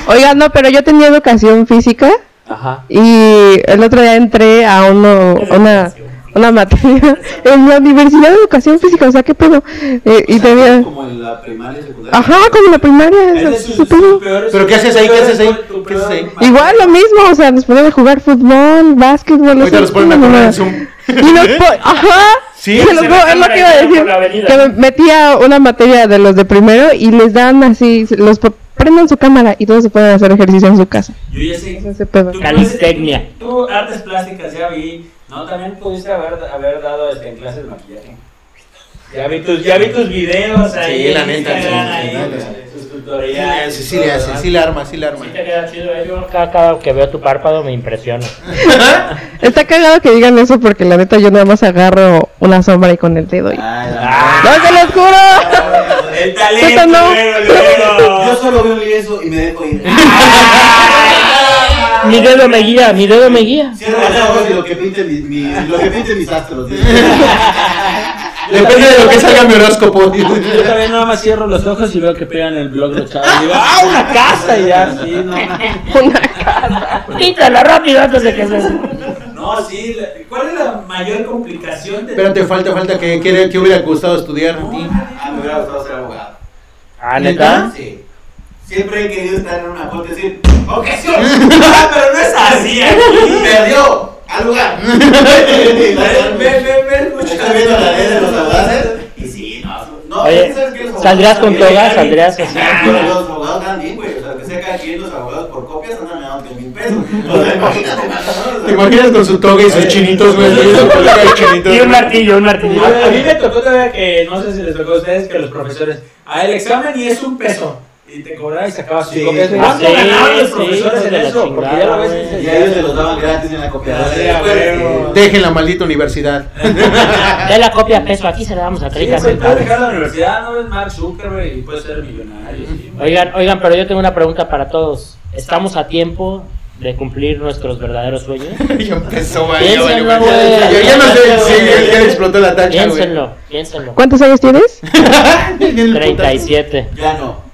Oiga, no, pero yo tenía educación física
Ajá.
y el otro día entré a uno, una, una materia [LAUGHS] en la Universidad de Educación Física, o sea, qué pedo. Eh, y tenía,
Como en la primaria y secundaria.
ajá, como la primaria, o sea, qué pedo.
Pero ¿qué haces ahí? ¿Qué haces ahí? ¿Qué haces ahí?
Igual lo mismo, o sea, nos ponen a jugar fútbol, básquetbol, no
Ahorita
sé,
los ponen a
no,
correr
no.
en Zoom.
Y nos po- ajá,
Sí,
se los
¿Eh? se
juro,
meten
es lo
por ahí,
que iba a
por
decir,
la avenida.
que me metía una materia de los de primero y les dan así, los po- prendan su cámara y todos se pueden hacer ejercicio en su casa.
Yo ya sé.
Ese pedo.
Tú-
Calistecnia.
Tú, artes plásticas, ya vi. No, también pudiste haber, haber dado este, en clases de maquillaje. Ya vi tus, ya vi tus videos ahí.
la
en
neta, sí,
Instagram,
sí,
ahí,
dale.
sus
Sí,
tutoriales.
sí,
y
sí
todo
le
lo
hace,
demás.
sí le arma, sí le arma.
Sí te queda chido, eh. Yo cada, cada que veo tu párpado me impresiona.
Está cagado que digan eso porque la neta yo nada más agarro una sombra y con el dedo. Y...
Ah.
¡No se los juro!
El talento,
Eso no.
luego, luego.
Yo solo veo un lienzo y me dejo ir.
Mi dedo me guía, mi dedo me guía.
Cierro los ojos y lo que pinte mi, mi- lo que pinte mis astros. dice.
[LAUGHS] Depende de lo que salga mi horóscopo. [LAUGHS]
[LAUGHS] Yo también nada más cierro los ojos y veo que pegan el blog de Chávez. Y digo, ¡ah, una casa! Y ya, sí, no, [LAUGHS] no.
Quítala rápido antes de que se.
No, sí. la- ¿Cuál es la mayor complicación de
Espérate, falta, falta que, que, que hubiera gustado estudiar a ti.
Ah, me hubiera gustado ser abogado.
Ah, neta.
Sí. Siempre he querido estar en una foto y decir, ¡Ocasión!
Ah, pero no es [LAUGHS]
[LAUGHS]
así aquí.
¡Perdió! ¡Al lugar!
Ve, ve, ve, ve, escucha.
Está viendo la ley de los abogados y sí, no. no
Oye,
¿sabes qué? Los abogados
¿saldrías con
también-
togas? ¿Saldrías así?
Ah, pero los abogados ganan bien, güey. O sea, que sea cada quien los abogados por copias andan ganando 3 mil pesos. O sea, imagínate, ¿no? O
¿Te
sea,
imaginas con su toga y sus chinitos, güey? Su colega de chinitos,
Y un
güey.
martillo, un
pues,
martillo.
A a mí me tocó todavía que, no sé si les tocó a ustedes, que los profesores, ah, el examen y es un peso. Y te cobraban y sacabas cinco
Sí.
pesos.
Ah,
¿Cuánto
sí,
ganaban los
sí,
profesores
hijos
en
de la
eso? Porque ya lo ves
chingada,
y dices,
Y a ellos se los daban gratis en la copiadora.
Sí, a huevo.
Dejen la maldita universidad.
De la copia a peso, aquí se la damos a
Sí,
30
güey, puedes
centavos.
dejar la universidad, no eres Mark Zuckerberg y puedes ser millonario. sí, güey.
Oigan, oigan, pero yo tengo una pregunta para todos. ¿Estamos a tiempo de cumplir nuestros verdaderos sueños?
Ya empezó, güey. Ya,
Piénsenlo,
valió,
güey.
ya, ya no sé si ya, [LAUGHS] ya explotó la tacha, güey. [LAUGHS]
Piénsenlo, piénsenlo.
¿Cuántos años tienes?
En el puta-
37.
Ya no.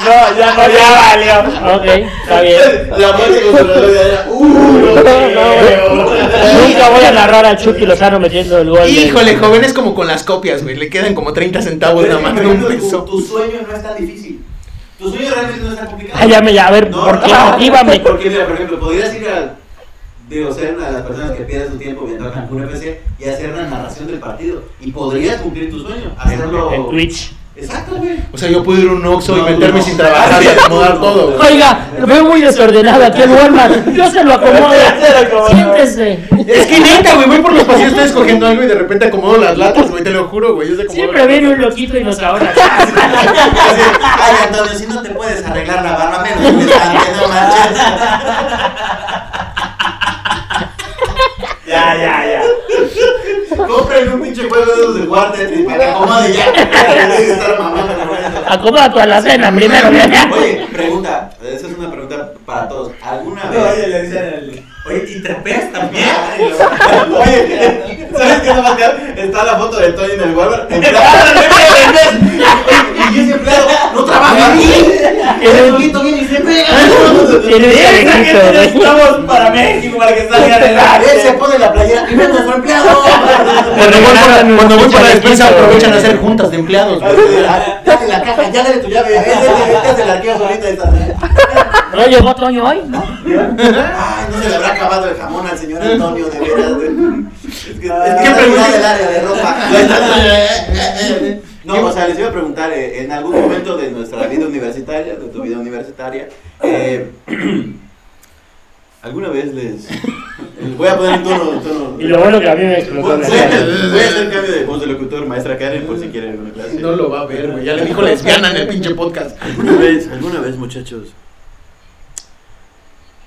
No, ya no, ya valió.
Ok, está
[LAUGHS]
bien.
[LAUGHS] La muerte con su reloj de allá. ¡Uh! No,
Nunca voy a narrar al Chucky Lozano metiendo el gol. del-
Híjole, joven, es como con las copias, güey. Le quedan como 30 centavos nada más, no un
tu,
peso.
tu sueño no es tan difícil. Tu sueño realmente no es tan complicado.
Ay, ya me- ya, a ver,
No,
¿por qué?
no,
Motívame.
Porque, mira, por ejemplo, podrías ir a. Digo, ser una de las personas que pierdes tu tiempo viendo a Cancún FC y hacer una narración del partido. Y podrías cumplir tu sueño. Hacerlo.
En Twitch.
Exacto, güey.
O sea, yo puedo ir a un Oxxo y
No,
meterme
no.
sin trabajar y acomodar todo. güey.
Oiga, lo veo muy desordenado aquí en Walmart. Yo se lo
[LAUGHS]
acomodo. Siéntese.
Es que neta, güey, voy por los pasillos, estoy escogiendo algo y de repente acomodo las latas, güey, te lo juro, güey. yo sé acomodo
Siempre
las
viene un
latas.
loquito y nos ahorra.
[LAUGHS] Así, Ay, Antonio, si no te puedes arreglar la barba, menos un estante, no manches.
Ya, ya, ya.
Compren un pinche juego de esos de guardia para que acomode
[LAUGHS]
ya. Ya dejes de estar mamando con eso.
Acomoda tu alacena primero.
Oye, pregunta, esa es una pregunta para todos. ¿Alguna
No, oye,
vez?
le dicen al. Oye, ¿y trapeas también?
Oye, ¿sabes qué no va a quedar? Está la foto de Tony en el Walmart. empleado, Y ese empleado no trabaja aquí. El loquito viene y se pega.
Tiene un
Esa gente
chalequito, güey.
estamos para México, para que salga
Él se
adelante.
pone la playera y no es nuestro empleado.
[LAUGHS] Cuando voy para, cuando voy para la despensa aprovechan a hacer juntas de empleados, güey.
Dale la caja, ya dale tu llave. Ese es el arqueo solita.
¿No llegó Toño hoy? ¿No?
Ay, no se le habrá acabado el jamón al señor Antonio, de veras. güey. Es que,
¿Qué
es que
pregunta?
del área de ropa. [LAUGHS] No, o sea, les iba a preguntar, eh, en algún momento de nuestra vida universitaria, de tu vida universitaria, eh, [CLEARS THROAT] ¿alguna vez les... les Voy a poner un tono... un tono-
Y lo bueno que a mí me
Voy
explotó
a
la
hacer
cara.
voy a hacer cambio de voz de locutor, maestra Karen, por si quieren una clase.
No lo va a ver, güey. Ya le dijo lesbiana en el pinche podcast.
¿Alguna vez, alguna vez, muchachos?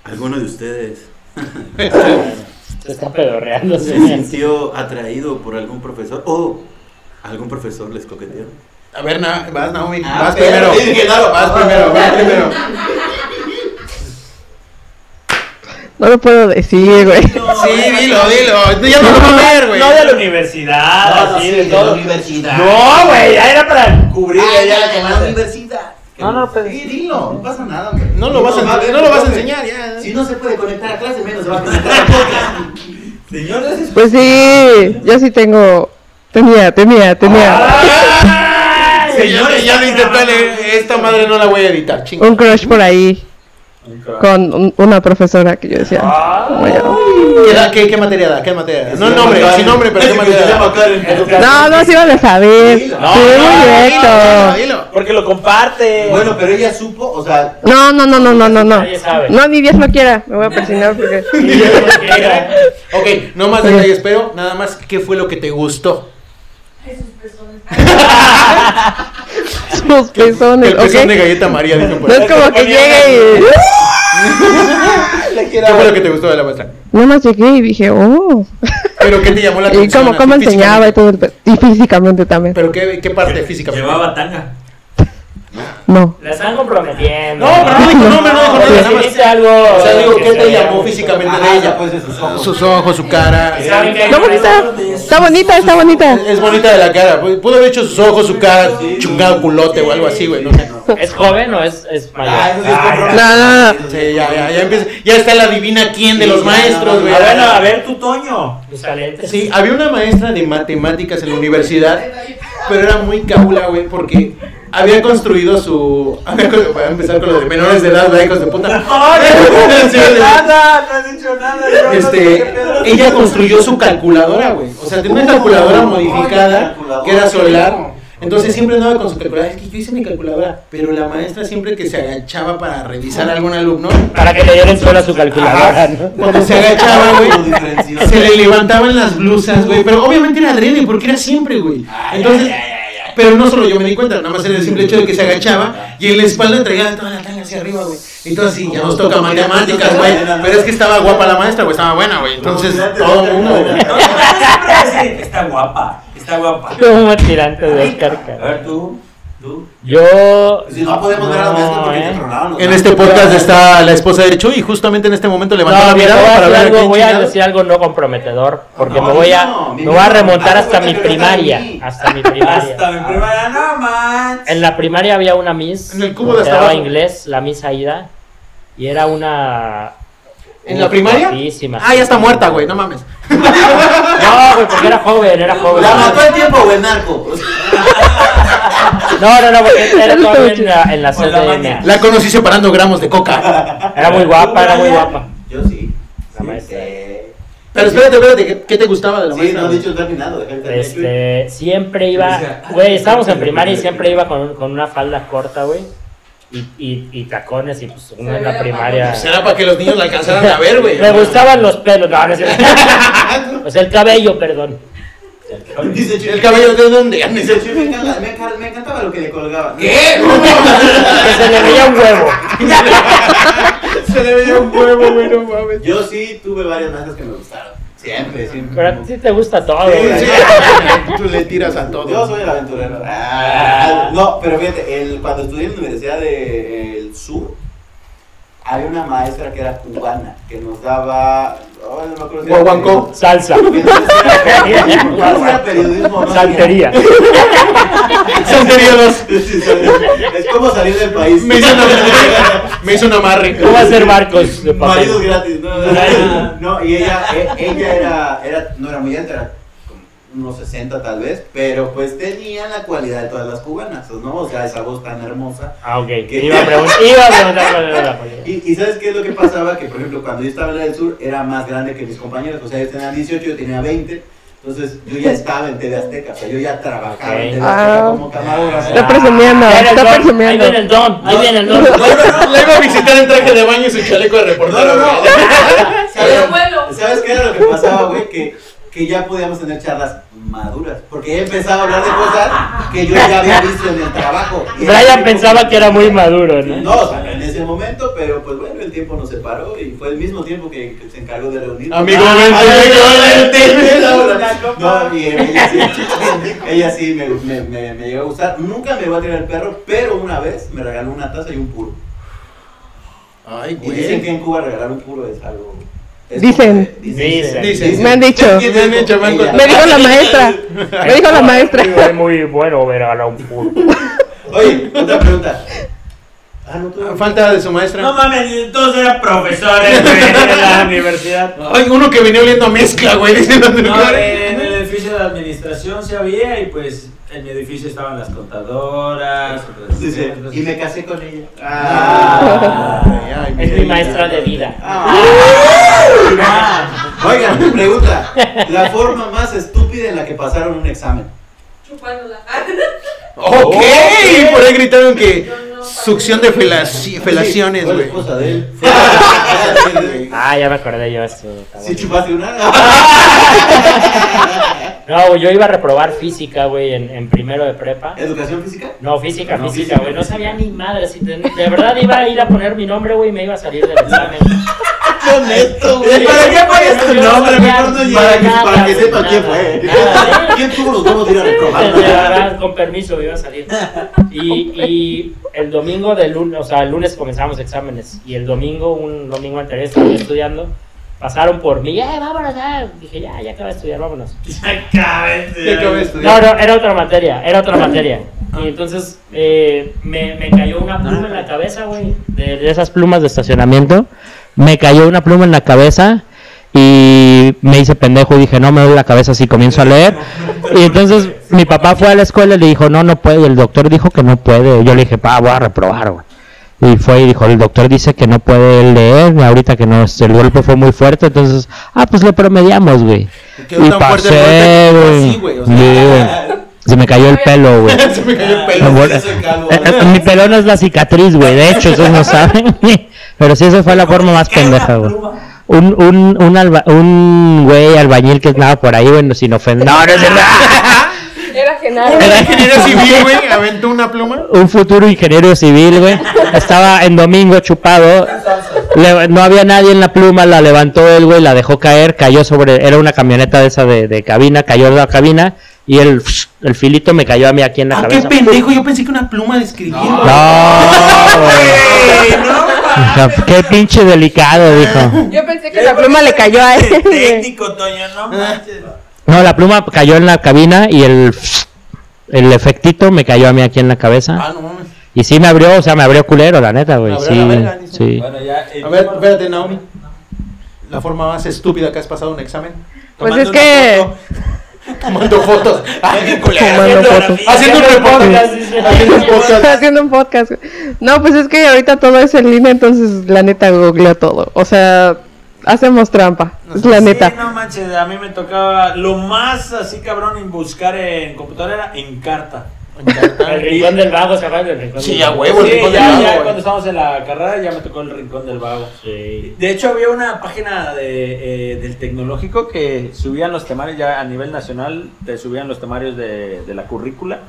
¿Alguno de ustedes
Se está pedorreando.
se
señor.
sintió atraído por algún profesor o algún profesor les coqueteó?
A ver, na, vas, Naomi.
Ah,
vas
pero-
primero.
sí, claro.
vas primero, vas primero.
No lo puedo decir, güey.
Sí, dilo, dilo. Tú ya no lo vas a ver, güey.
No de la universidad,
Ah,
Ah,
así de todo.
universidad.
No, güey, ya era para cubrir. ya la
la
quemaste.
universidad.
No, no, pero-
Sí, dilo, no pasa nada, hombre.
No lo vas a,
ver,
no lo vas a
profe.
enseñar, ya.
Si no se puede conectar a clase, menos se va a conectar a podcast.
[LAUGHS] Señores, es-
Pues sí, yo sí tengo. Tenía, tenía, tenía.
Ah.
¡Ay!
Señores, ya lo intenté. le- Esta madre no la voy a editar, chinga.
Un crush por ahí con un- una profesora que yo decía.
Ah,
"Vaya".
¿Qué, da- qué, qué materia da? ¿Qué materia da? No el nombre, sin nombre, pero qué
se
materia da.
llama Karen.
No, no se iban a saber.
Dilo.
Sí, muy
no,
directo.
dilo, dilo.
Porque lo comparte.
Bueno, pero ella supo, o sea,
No, no, no, no, no, no, no.
Nadie sabe.
No, ni Dios no quiera. Me voy a persignar
[LAUGHS]
porque.
Sí, porque era-
Ok, no más detalles, pero nada más, ¿qué fue lo que te gustó?
Sus pezones,
El pezón de
ok.
galleta María, pues. dicen por
No
ahí.
es como que llegue y. ¡Uh!
¿Qué fue lo que te gustó de la muestra?
Nada más llegué y dije, oh.
¿Pero qué te llamó la
Y
atención?
como,
así,
cómo enseñaba
físicamente?
y todo. el pe- Y físicamente también.
¿Pero qué, qué parte físicamente?
Llevaba tanga.
No.
La están comprometiendo.
No, pero no dijo nombre, no dijo
Pero
nombre,
sí
nada más.
dice algo.
O sea, digo,
que
¿qué te
sea-
llamó físicamente de
ah,
ella?
pues de sus ojos.
Sus ojos, su cara.
¿Saben qué?
Está bonita. Está bonita, está bonita.
Es bonita de la cara. güey. Pudo haber hecho sus ojos, su cara, chungado culote o algo así, güey. No sé.
¿Es joven o es, es mayor?
Ah, eso sí es compromiso.
No, no, no.
Sí, ya, ya, ya empieza. Ya está la divina quién de los
Sí,
maestros,
ya,
güey.
ya,
Ah, bueno, a ver tu Toño.
Buscalientes.
Sí, había una maestra de matemáticas en la universidad, pero era muy cabula, güey, porque había construido su. había con- Voy a empezar con los de menores de edad, güey, hijos de puta. [LAUGHS] Sí,
nada, no has dicho nada. yo no sé qué
Este,
pedo.
ella construyó su calculadora, güey. O sea, tenía una calculadora modificada que era solar. Entonces siempre andaba con su calculadora. Es que yo hice mi calculadora, pero la maestra siempre que se agachaba para revisar a algún alumno,
Para que le dieron solo a su calculadora, ¿no? [LAUGHS]
cuando se agachaba,
Como
güey,
diferenció.
se le levantaban las blusas, güey. Pero obviamente era adrede, porque era siempre, güey. Entonces, pero no solo yo me di cuenta, nada más era el simple hecho de que se agachaba y en la espalda traía toda la tanga hacia arriba, güey. Entonces, sí, ya nos toca matemáticas, güey. Pero es que estaba guapa la maestra, güey, estaba buena, güey. Entonces, todo el mundo, güey.
No, no, siempre así. Está guapa. Está guapa.
Como tirante de Oscar.
A
cara.
ver tú. Tú.
Yo.
Si no podemos ver a la maestra porque
eh.
te tronaron los
En
labios.
este podcast está la esposa de Chuy y justamente en este momento
No,
levantó la
mira, voy
mirada
a,
para
decir
ver a
algo,
quién
voy a
chingados.
decir algo no comprometedor, porque
No,
me voy a,
no,
me voy a
no,
remontar
date
hasta mi
cuenta que no está
primaria,
ahí.
hasta mi primaria.
Hasta mi primera. No manches.
En la primaria había una miss
En el cubo de
que
hasta
daba
abajo.
inglés, la miss Aida, y era una...
¿En
una
la primaria?
guapísima.
Ah, ya está muerta, güey, no mames.
No, güey, porque era joven, era joven.
La mató el tiempo, güey, narco.
[LAUGHS] No, no, no,
[LAUGHS]
porque era
Era
todavía
joven.
en la, en la
Por la
CDN.
mañana.
La conocí separando gramos de coca.
Era muy guapa, era muy guapa.
Yo sí.
La maestra.
Pero espérate, espérate, ¿qué, qué te gustaba de la
Sí,
maestra?
no, de
güey?
hecho, terminado. deja el terminado.
Este, siempre iba, güey, estábamos en primaria y siempre iba con, con una falda corta, güey, y, y, y tacones, y pues uno en la primaria...
Será para que los niños la alcanzaran a ver, güey.
Me gustaban los pelos, no, no es
[LAUGHS]
cierto. O sea, el cabello, perdón.
[LAUGHS] Dice Chuy,
¿El cabello de dónde?
[LAUGHS] Dice Chuy, me encanta- me encanta- me encantaba lo que le colgaba.
¿Qué?
Que se le veía un huevo.
[LAUGHS] Se le veía un huevo, güey, no mames.
Yo sí tuve varias maestras que me gustaron. Siempre, siempre.
Pero a ti te gusta todo, güey.
Sí, Tú le tiras a
Yo
todo.
soy el aventurero. Ah, no, pero fíjate, el- cuando estudié en la Universidad del Sur, había una maestra que era cubana, que nos daba. oh, no me acuerdo si era-
Guaguancó.
Salsa.
Que nos decía- no
[LAUGHS]
sé si era periodismo o no,
Santería.
Son serios.
[LAUGHS] Sí, sabe. Es como salir del país.
Me hizo
[LAUGHS]
una, me hizo un amarre.
¿Cómo hacer barcos de papel?
Maridos gratis, no, no, no. No, y ella, e- ella era, era, no era muy alta, era como unos 60 tal vez, pero pues tenía la cualidad de todas las cubanas, ¿no? O sea, esa voz tan hermosa.
Ah, ok. Iba a preguntar, iba a preguntar cuál era la política.
Y, y ¿sabes qué es lo que pasaba? Que, por ejemplo, cuando yo estaba en la del sur, era más grande que mis compañeros, o sea, ellos tenían 18, yo tenía 20, entonces yo ya estaba en TV Azteca, o sea, yo ya trabajaba en TV Azteca
Ah.
como camarógrafo.
Está presumiendo,
Ahí viene el
está
don,
presumiendo.
Ahí viene el don, ahí viene el don.
[LAUGHS] La iba a visitar en traje de baño y su chaleco de
No, no,
reportero.
no. [LAUGHS]
güey.
¿Sabes, ¿Sabes qué era lo que pasaba, güey? Que, que ya podíamos tener charlas maduras. Porque ella empezaba a hablar de cosas que yo ya había visto en el trabajo. Y era
Brian
como-
pensaba que era muy maduro, ¿no?
No, o sea, en ese momento, pero pues bueno, el tiempo nos separó y fue el mismo tiempo que, que se encargó de reunir.
Amigo,
Ah,
vente, [LAUGHS]
ay,
vente.
No, y ella sí, ella sí me, me, me, me llegó a gustar. Nunca me va a tirar el perro, pero una vez me regaló una taza y un puro.
Ay,
Y dicen que
güey.
en Cuba regalar un puro es algo. es
Dicen.
como-
Dicen.
Dicen.
Me han dicho.
Me han dicho, me han
Ella.
Me dijo la maestra. Me dijo la maestra.
Es muy bueno ver a la un [LAUGHS] puro.
Oye, otra pregunta. Ah, no, tú.
Falta de su maestra.
No mames, entonces eran profesores güey, de la universidad.
Ay, uno que venía oliendo a mezcla, güey, [LAUGHS] dicen los del
No,
lugar.
en el edificio de administración se había y pues en mi edificio estaban las contadoras. otras-
Dice,
otras-
y me casé con ella.
Ah.
Ay, ay,
Es mi maestra de vida.
Ah. Oigan, pregunta. La forma más estúpida en la que pasaron un examen.
Chupándola.
Oh, Ok, por ahí gritaron que succión de felaci- felaciones,
Fue la
güey.
esposa de él.
Ah, ya me acordé yo esto. está
Si
bueno.
chupaste una.
No, güey, yo iba a reprobar física, güey, en, en primero de prepa.
¿Educación física?
No, física,
No,
física,
física.
güey. No sabía ni madre. Si te- de verdad iba a ir a poner mi nombre, güey, y me iba a salir del examen.
Honesto, güey.
¿Para qué pones tu
Yo no
nombre?
sabía
Para que,
nada,
para que
güey,
sepa quién fue.
nada,
¿Quién tuvo los huevos de ir
[LAUGHS]
a
De
reprobarla?
verdad, con permiso iba a salir. Y, y el domingo del lunes, o sea, el lunes comenzamos exámenes. Y el domingo, un domingo anterior, estaba yo estudiando. Pasaron por mí, eh, vámonos, ya. Dije, ya, ya acaba de estudiar, vámonos.
¿Qué acabo de estudiar?
No, no, era otra materia, era otra materia. Y entonces eh, me, me cayó una pluma en la cabeza, güey. De, de esas plumas de estacionamiento. Me cayó una pluma en la cabeza y me hice pendejo y dije, no, me duele la cabeza si comienzo a leer. Y entonces mi papá fue a la escuela y le dijo, no, no puede. Y el doctor dijo que no puede. Yo le dije, pa, voy a reprobar, güey. Y fue y dijo, el doctor dice que no puede leer, ahorita que no, el golpe fue muy fuerte, entonces, ah, pues le promediamos, güey.
Quedó
Y
tan fuerte el
pasé,
golpe que fue así,
güey.
güey, o sea.
Sí, güey. Se me cayó el pelo, güey.
[LAUGHS] Se me cayó el
Me
pelo.
vol-
ese calvo.
Eh, eh, Mi pelo no es la cicatriz, güey. De hecho, eso no saben. [LAUGHS] Pero sí, esa fue la forma más pendeja, güey. Un, un, un, alba- un güey albañil que andaba por ahí, bueno, sin ofender. No, no es cierto.
[LAUGHS] Era Genaro.
Un ingeniero civil, güey, aventó una pluma.
[LAUGHS] un futuro ingeniero civil, güey. Estaba en domingo chupado. Le- no había nadie en la pluma, la levantó él, güey, la dejó caer, cayó sobre, era una camioneta de esa de, de cabina, cayó de la cabina y el, el filito me cayó a mí aquí en la
Ah, qué
[LAUGHS] cabeza.
pendejo, yo pensé que una pluma de escribir. [LAUGHS]
No, güey.
Güey, no.
Dijo, Qué pinche delicado, dijo.
Yo pensé que la pluma le cayó a él. güey.
Técnico, Toño,
Ah.
no manches.
No, la pluma cayó en la cabina y el el efectito me cayó a mí aquí en la cabeza.
Ah, no mames.
Y sí me abrió, o sea, me abrió culero, la neta, güey.
Me abrió la
Sí,
verga, dice.
sí.
Bueno, ya. eh,
A ver, espérate, Naomi. La forma más estúpida que has pasado un examen.
Pues
Tomando
es
una
que.
foto.
[LAUGHS] Tomando fotos. Ay, qué culera.
Tomando
Fotografía.
fotos.
Haciendo un reporte. Haciendo
[LAUGHS]
un podcast.
haciendo un podcast. No, pues es que ahorita todo es en línea, entonces la neta googleo todo. O sea, hacemos trampa, es la
Sí,
neta.
no manches, a mí me tocaba lo más así cabrón en buscar en computadora era en carta.
El rincón del vago, ¿se acuerdan del rincón
Sí,
del
ya,
vago?
huevo, el
Sí,
rincón del
ya,
vago, eh.
ya,
güey.
cuando estábamos en la carrera ya me tocó el rincón del vago.
Sí.
De hecho, había una página de, eh, del tecnológico que subían los temarios ya a nivel nacional, te subían los temarios de, de la currícula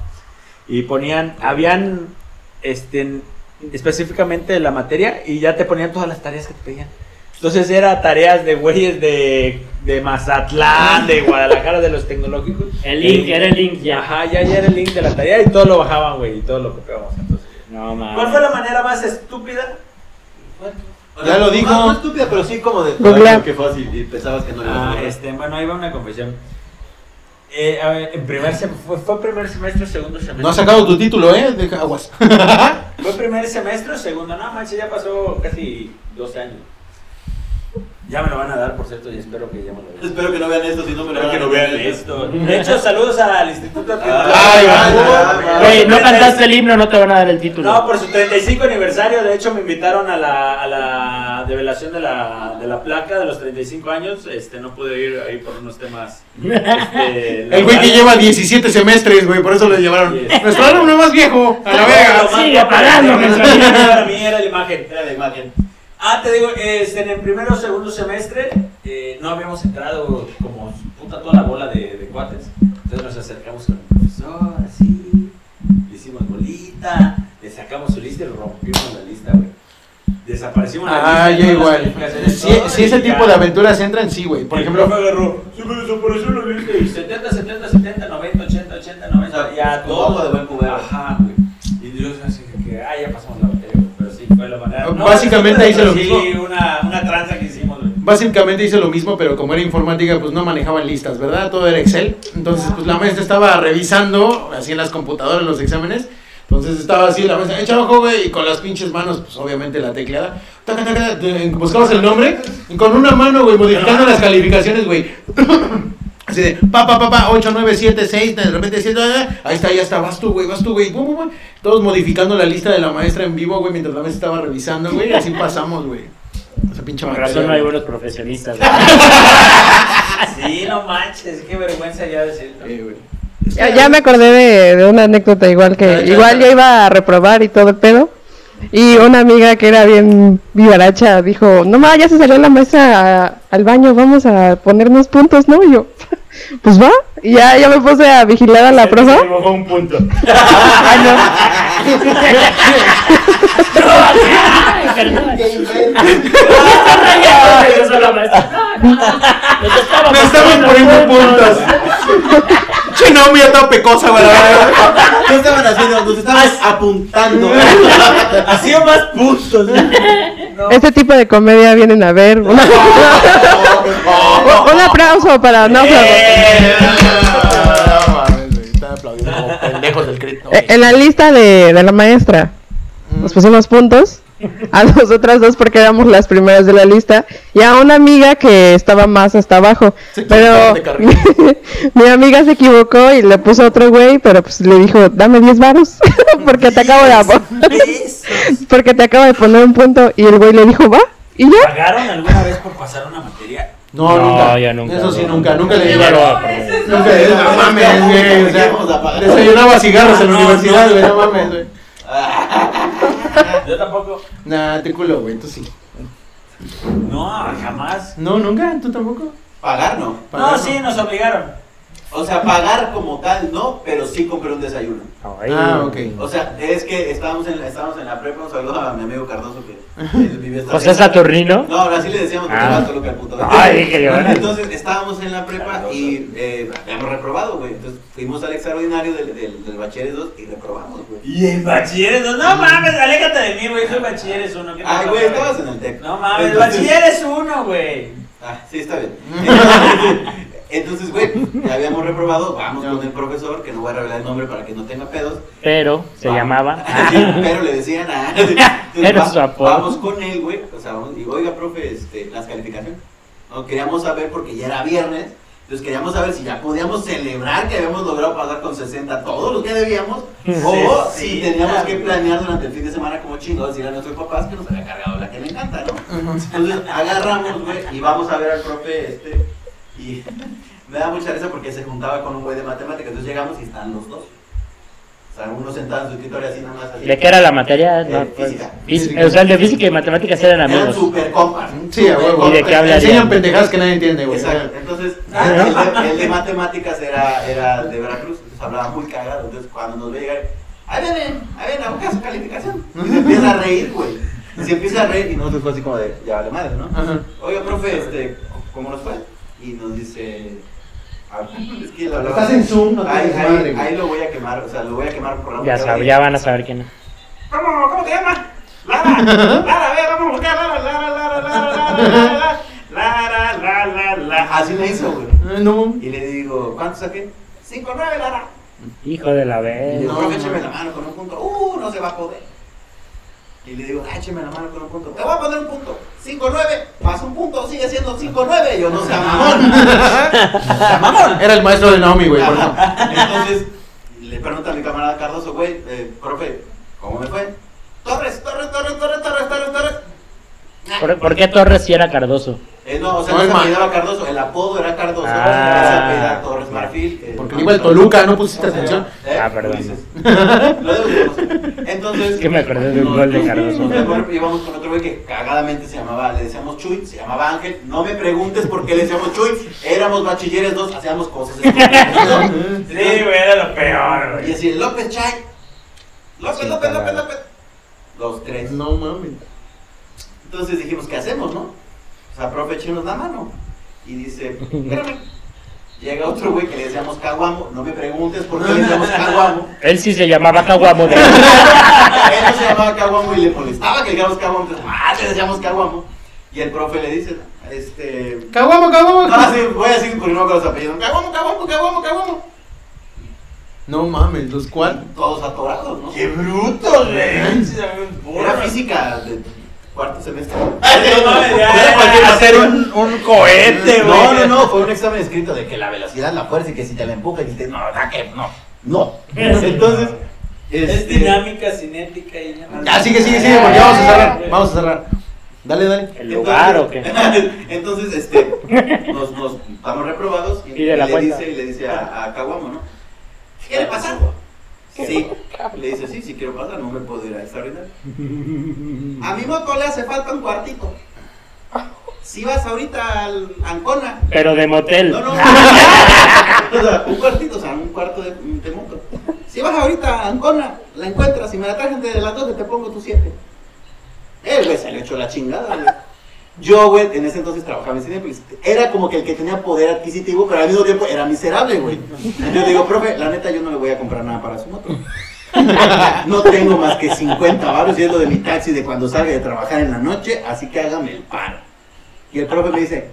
y ponían, habían este, específicamente la materia y ya te ponían todas las tareas que te pedían. Entonces era tareas de güeyes de, de Mazatlán, de Guadalajara, de los tecnológicos. Eh,
El link, era el link ya.
Ajá, ya, ya era el link de la tarea y todo lo bajaban, güey, y todo lo copiábamos. Entonces,
No mames.
¿Cuál fue la manera más estúpida?
Ya lo dijo.
No, no estúpida, pero sí como de.
Google.
Ay, Qué fácil. Y pensabas que no le ibas a
Ah,
lograr.
este, bueno, ahí va una confesión. Eh, a ver, en primer sem- fue, fue primer semestre, segundo semestre.
No has sacado tu título, ¿eh? Deja aguas.
Fue primer semestre, segundo, no manches, ya pasó casi 12 años. Ya me lo van a dar, por cierto, y espero que ya me lo den.
Espero que no vean esto, si no me lo
Espero que
van a
no vean
comer.
esto. De hecho, saludos al Instituto
Ay,
Tecnológico.
Ah, Güey, no cantaste el himno, no te van a dar el título.
No, por su 35 aniversario, de hecho me invitaron a la, a la develación de la, de la placa de los 35 años. Este, no pude ir ahí por unos temas. este,
[LAUGHS] El güey que
laborales.
lleva 17 semestres, güey, por eso lo llevaron.
Sí.
Nuestro alumno más viejo, a la
Lo
verga.
más
Sigue
guapo
pagando,
que
mientras
tenía
tanto.
Para mí era la imagen.
Era la imagen.
Ah, te digo, este, en el primero o segundo semestre eh, no habíamos entrado como puta toda la bola de, de cuates. Entonces nos acercamos con el profesor, así, le hicimos bolita, le sacamos su lista y lo rompimos la lista, güey. Desaparecimos la
Ah,
lista.
ya
todas las
igual.
calificaciones,
Si,
todo,
si
y
ese
ya.
tipo de aventuras entran, sí, güey. Por
El
ejemplo,
profe agarró, se me desapareció la lista y 70, 70, 70, 90, 80, 80,
O
90,
sea,
ya
todo
todo.
de buen cubero.
Ajá, güey. Y Dios así que, que, ah, ya pasamos la batería, güey. Pero sí, fue la manera.
Básicamente
sí,
ahí se lo
sí,
mismo.
una, una tranza que hicimos, [LAUGHS] güey.
básicamente hice lo mismo, pero como era informática, pues no manejaban listas, ¿verdad? Todo era Excel. Entonces, pues la maestra estaba revisando, así en las computadoras, los exámenes. Entonces estaba así la maestra, echa ojo, güey, y con las pinches manos, pues obviamente la tecleada. Taca, taca, de- buscabas el nombre, y con una mano, güey, modificando las calificaciones, güey. [CLEARS THROAT] Así de, pa, pa, pa, pa, 8, 9, 7, 6, de repente 7, ahí está, ya está, vas tú, güey, vas tú, güey, pum, pum, pum. Todos modificando la lista de la maestra en vivo, güey, mientras la maestra estaba revisando, güey, así pasamos, güey. Esa pinche
Con
materia,
razón no hay
güey.
buenos profesionistas. güey.
Sí, no manches, qué vergüenza ya decirlo.
Eh, güey.
Ya, ya me acordé de, de una anécdota igual que igual yo iba a reprobar y todo el pedo. Y una amiga que era bien vivaracha dijo, no ma, ya se salió la maestra a- al baño, vamos a ponernos puntos, ¿no? Y yo, [LAUGHS] pues va. Y ya yo me puse a vigilar a la Ah, profa.
Me mojó un punto. Regresó la maestra. Nos estábamos
Me estaban poniendo puntos. Che, no, mira, toda pecosa, güey. la verdad.
¿Qué estaban haciendo? Nos estaban [LAUGHS] apuntando.
Hacía más
[LAUGHS]
puntos.
[LAUGHS]
Este tipo de comedia vienen a ver. [LAUGHS] Una- Un aplauso
Eh.
para no
Eh, No mames, güey, Están aplaudiendo como pendejos del crit. ¿no?
Eh, En la lista de, de la maestra
Mm.
nos pusimos puntos a [LAUGHS] nosotras dos porque éramos las primeras de la lista y a una amiga que estaba más hasta abajo.
Se
pero [LAUGHS]
equivocaron de
mi, amiga se equivocó y le puso otro güey, pero pues le dijo, dame 10 varos [LAUGHS] porque
[LAUGHS]
te acabo de ap- [LAUGHS] porque te acabo de poner un punto y el güey le dijo, va. Y ya,
¿Pagaron alguna vez por pasar una materia?
No,
No,
nunca.
yo nunca.
Eso sí, nunca. Nunca le
Yo
digo.
no lo voy
No
a perder.
mames, no mames, güey. O sea, desayunaba cigarros en la
No,
universidad,
no.
güey. No mames, güey.
Yo tampoco.
Nah, te culo, güey. Tú sí.
No, jamás.
No, nunca. ¿Tú tampoco?
Pagar no.
No, sí, nos obligaron.
O sea, pagar como tal no, pero sí compré un desayuno.
Ay.
Ah, ok.
O sea, es que estábamos en la, estábamos en la prepa, un saludo a mi amigo Cardoso
[LAUGHS]
que él vivió esta
José Saturnino.
No, ahora sí le decíamos que
Ah.
era Toluca el puto.
Ay, dije yo, ¿verdad?
Entonces estábamos en la prepa y eh, habíamos reprobado, güey. Entonces fuimos al extraordinario del, del, del bachilleres 2 y reprobamos, güey.
Y en bachilleres, no, no mames, aléjate de mí, güey. Soy bachilleres uno. ¿qué ah, te
Ay,
pasa,
güey, estabas en el TEC.
No mames,
Entonces-
bachilleres uno, güey.
Ah, sí, está
[LAUGHS]
bien. Entonces, Entonces, güey, ya habíamos reprobado, vamos con el profesor, que no voy a revelar el nombre para que no tenga pedos.
Pero se
Va-
llamaba.
Sí, pero le decían a.
[LAUGHS]
Entonces,
Era
va-
su apodo.
vamos con él, güey. O sea, vamos, digo, oiga, profe, este, las calificaciones. No, queríamos saber porque ya era viernes. Entonces queríamos saber si ya podíamos celebrar que habíamos logrado pasar con 60 todos los que debíamos. o
Sí, sí.
si teníamos que planear durante el fin de semana como chingados decirle a nuestros papás que nos había cargado la que le encanta, ¿no? Entonces agarramos, güey, y vamos a ver al profe este. Y me da mucha risa porque se juntaba con un güey de matemáticas. Entonces llegamos y están los dos. O sea, uno sentado en su escritorio así nada más así.
¿De qué era la materia?
Eh,
No, pues,
física.
fis- o sea, el de física y matemáticas eran
Eran
amigos.
super compas.
Sí, a huevo.
¿Y de qué hablarían?
Enseñan pendejadas que nadie entiende, güey.
Exacto.
[LAUGHS]
Entonces, el de, el de matemáticas era, era de Veracruz, entonces hablaba muy cagado. Entonces, cuando nos ve llegar, ahí vienen, ahí vienen a buscar su calificación. Y se empieza a reír, güey. Y se empieza a reír y nosotros fue así como de, ya vale madre, ¿no?
Ajá.
Oiga, profe, este, ¿cómo nos fue? Y nos dice, a ver, es que la
Estás en Zoom, no
ahí,
tienes madre,
ahí,
güey.
ahí lo voy a quemar, o sea, lo voy a quemar por la
Ya,
boca,
sab-
güey.
ya van a saber quién es.
¿Cómo, cómo te llamas? [LAUGHS] Lara, Lara, a ver, vamos a buscar Lara, Lara, Lara, Lara, Lara, Lara, Lara, Lara, Lara. Así me hizo, güey.
Eh, No.
Y le digo, ¿cuánto saqué? 5-9, Lara.
Hijo de la
Y le
vez.
digo,
No,
profe,
no.
écheme la mano con un punto. Uh, no se va a poder. Y le digo, ah, écheme la mano con un punto. Te voy a poner un punto. 5-9, más un punto, sigue siendo 5-9. Yo no sé, mamón.
[LAUGHS] Era el maestro de Naomi, güey. por [LAUGHS] favor.
Ajá. Entonces, le pregunto a mi camarada Cardoso, güey, eh, profe, ¿cómo me fue? Torres, Torres, Torres, Torres, Torres, Torres, Torres. Ah,
¿Por, por qué Torres si era Cardoso?
Eh, no, o sea,
No,
no se
es ma-
apellidaba Cardoso, el apodo era Cardoso,
Ah.
se apellidaba Torres Marfil. eh,
Porque digo el Toluca, no pusiste atención.
¿Eh?
Ah, perdón.
Ulises. Lo debo de conocer. Entonces.
Es que me acordé de un gol de Cardoso.
nos fuimos, íbamos con otro güey que cagadamente se llamaba, le decíamos Chuy, se llamaba Ángel. No me preguntes por qué le decíamos Chuy. Éramos bachilleres dos,
[LAUGHS]
hacíamos cosas.
Sí, güey, era lo peor,
Y
güey.
así, López Chay. López,
Sí,
López, López,
cagado.
López. Los tres.
No mames.
Entonces dijimos, ¿qué hacemos, no? O sea, profe, échenos la mano. Y dice, espérame. Llega otro güey que le decíamos Caguamo. No me preguntes por qué le decíamos Caguamo.
Él sí se llamaba Caguamo. de-
Él no se llamaba Caguamo y le molestaba que le digamos Caguamo. Entonces, ah, le decíamos Caguamo. Y el profe le dice, este...
Caguamo, caguamo.
No, sí, voy a decir porque no me acuerdo su apellido. Caguamo, Caguamo, Caguamo, Caguamo.
No mames, los cual.
Todos atorados, ¿no?
Qué bruto, güey. Sí, sabe un burro.
Era
[LAUGHS]
física de cuarto semestre.
No mames, ya
Era
era
cualquier
hacer
materia.
un, un cohete, güey.
No, no, no, fue un examen escrito de que la velocidad, la fuerza y que si te la empuja y dices, no, ¿verdad que no? No. Entonces,
Es
este,
dinámica, cinética y nada más.
Ya, sigue, sigue, sigue, porque vamos a cerrar. Vamos a cerrar. Dale, dale.
¿El lugar o qué?
entonces- Entonces, este, nos, nos estamos reprobados y,
Pide la
le
cuenta.
dice, y le dice a, a Caguamo, ¿no? ¿Quiere pasar? Sí. Le dice, sí, sí quiero pasar, no me puedo ir a esta ahorita. A mi moto le hace falta un cuartito. Si vas ahorita al Ancona.
Pero de motel.
No, no. o sea, un cuartito, o sea, un cuarto de, de moto. Si vas ahorita a Ancona, la encuentras y me la traes desde las 12, te pongo tu 7. Él, güey, se le echó la chingada, güey. Yo, güey, en ese entonces trabajaba en Cinepolis. Era como que el que tenía poder adquisitivo, pero al mismo tiempo era miserable, güey. Yo digo, profe, la neta yo no le voy a comprar nada para su moto. [LAUGHS] No tengo más que 50 baros y es lo de mi taxi de cuando salga de trabajar en la noche, así que hágame el paro. Y el profe me dice,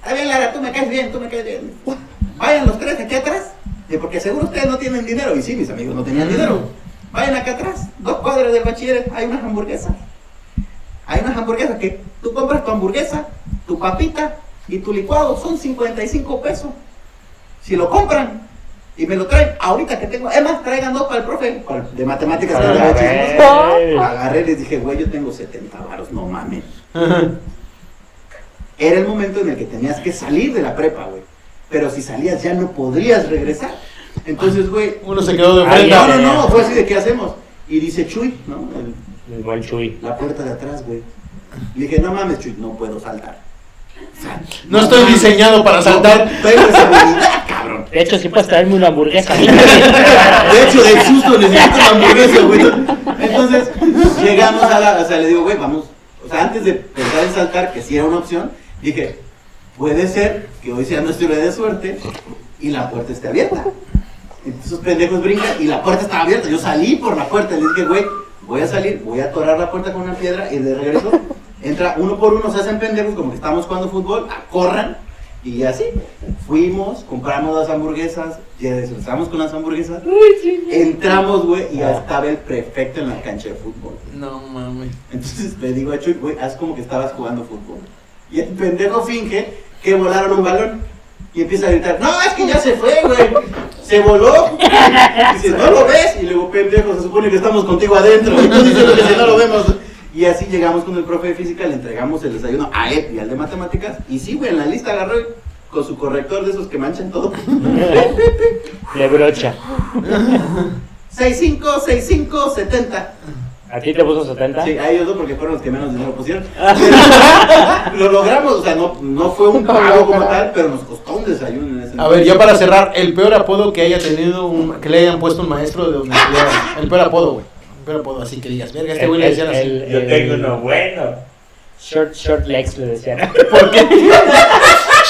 está bien, Lara, tú me caes bien, tú me caes bien. Vayan los tres aquí atrás, y porque seguro ustedes no tienen dinero. Y sí, mis amigos no tenían dinero. Vayan acá atrás, dos cuadras del bachiller, hay unas hamburguesas. Hay unas hamburguesas que tú compras tu hamburguesa, tu papita y tu licuado, son 55 pesos. Si lo compran y me lo traen, ahorita que tengo, es más, traigan dos para el profe, para el de matemáticas.
Ah,
que [LAUGHS] andaba chismoso. Agarré y les dije, güey, yo tengo 70 varos, no mames. Era el momento en el que tenías que salir de la prepa, güey. Pero si salías ya no podrías regresar. Entonces, güey,
[LAUGHS] Uno se quedó de
Ay,
vuelta.
no, no, no, fue así de qué hacemos. Y dice Chuy, ¿no? El-
El buen Chuy.
la puerta de atrás, güey. Le dije, no mames, Chuy, no puedo saltar. Sal-
No estoy
mames,
diseñado para
no,
saltar. [LAUGHS]
Tengo seguridad, cabrón.
De hecho, sí puedes traerme una hamburguesa.
De hecho, del susto necesito una hamburguesa, güey. Entonces, llegamos a la. O sea, le digo, güey, vamos. O sea, antes de pensar en saltar, que sí era una opción, dije, puede ser que hoy sea nuestro día de suerte y la puerta esté abierta. Entonces, esos pendejos brincan y la puerta estaba abierta. Yo salí por la puerta y le dije, güey, voy a salir, voy a atorar la puerta con una piedra y de regreso entra uno por uno, se hacen pendejos como que estamos jugando fútbol, corran y así. Fuimos, compramos las hamburguesas, ya descansamos con las hamburguesas, entramos, güey, y ya estaba el prefecto en la cancha de fútbol.
No mames.
Entonces le digo a Chuy, güey, haz como que estabas jugando fútbol. Y el pendejo finge que volaron un balón. Y empieza a gritar, no, es que ya se fue, güey. Se voló. Y dice, no lo ves. Y luego, pendejo, se supone que estamos contigo adentro. Y tú dices lo que si no lo vemos. Y así llegamos con el profe de física, le entregamos el desayuno a él y al de matemáticas. Y sí, güey, en la lista agarró con su corrector de esos que manchan todo. [LAUGHS]
Le brocha.
65, 65, 70.
¿A ti te puso 70?
Sí, a ellos dos porque fueron los que menos dinero
[LAUGHS]
pusieron.
Ah.
lo logramos, o sea, no, [LAUGHS] no fue un pago como tal, pero nos costó un desayuno en ese
A
momento.
ver, ya para cerrar, el peor apodo que haya tenido, un, que le hayan puesto un maestro de donde estudiaba. El peor apodo, güey. El peor apodo, así que digas, verga, este güey le decían así.
el-
Yo
el-
tengo uno bueno.
Short, short legs le
[LAUGHS]
decían.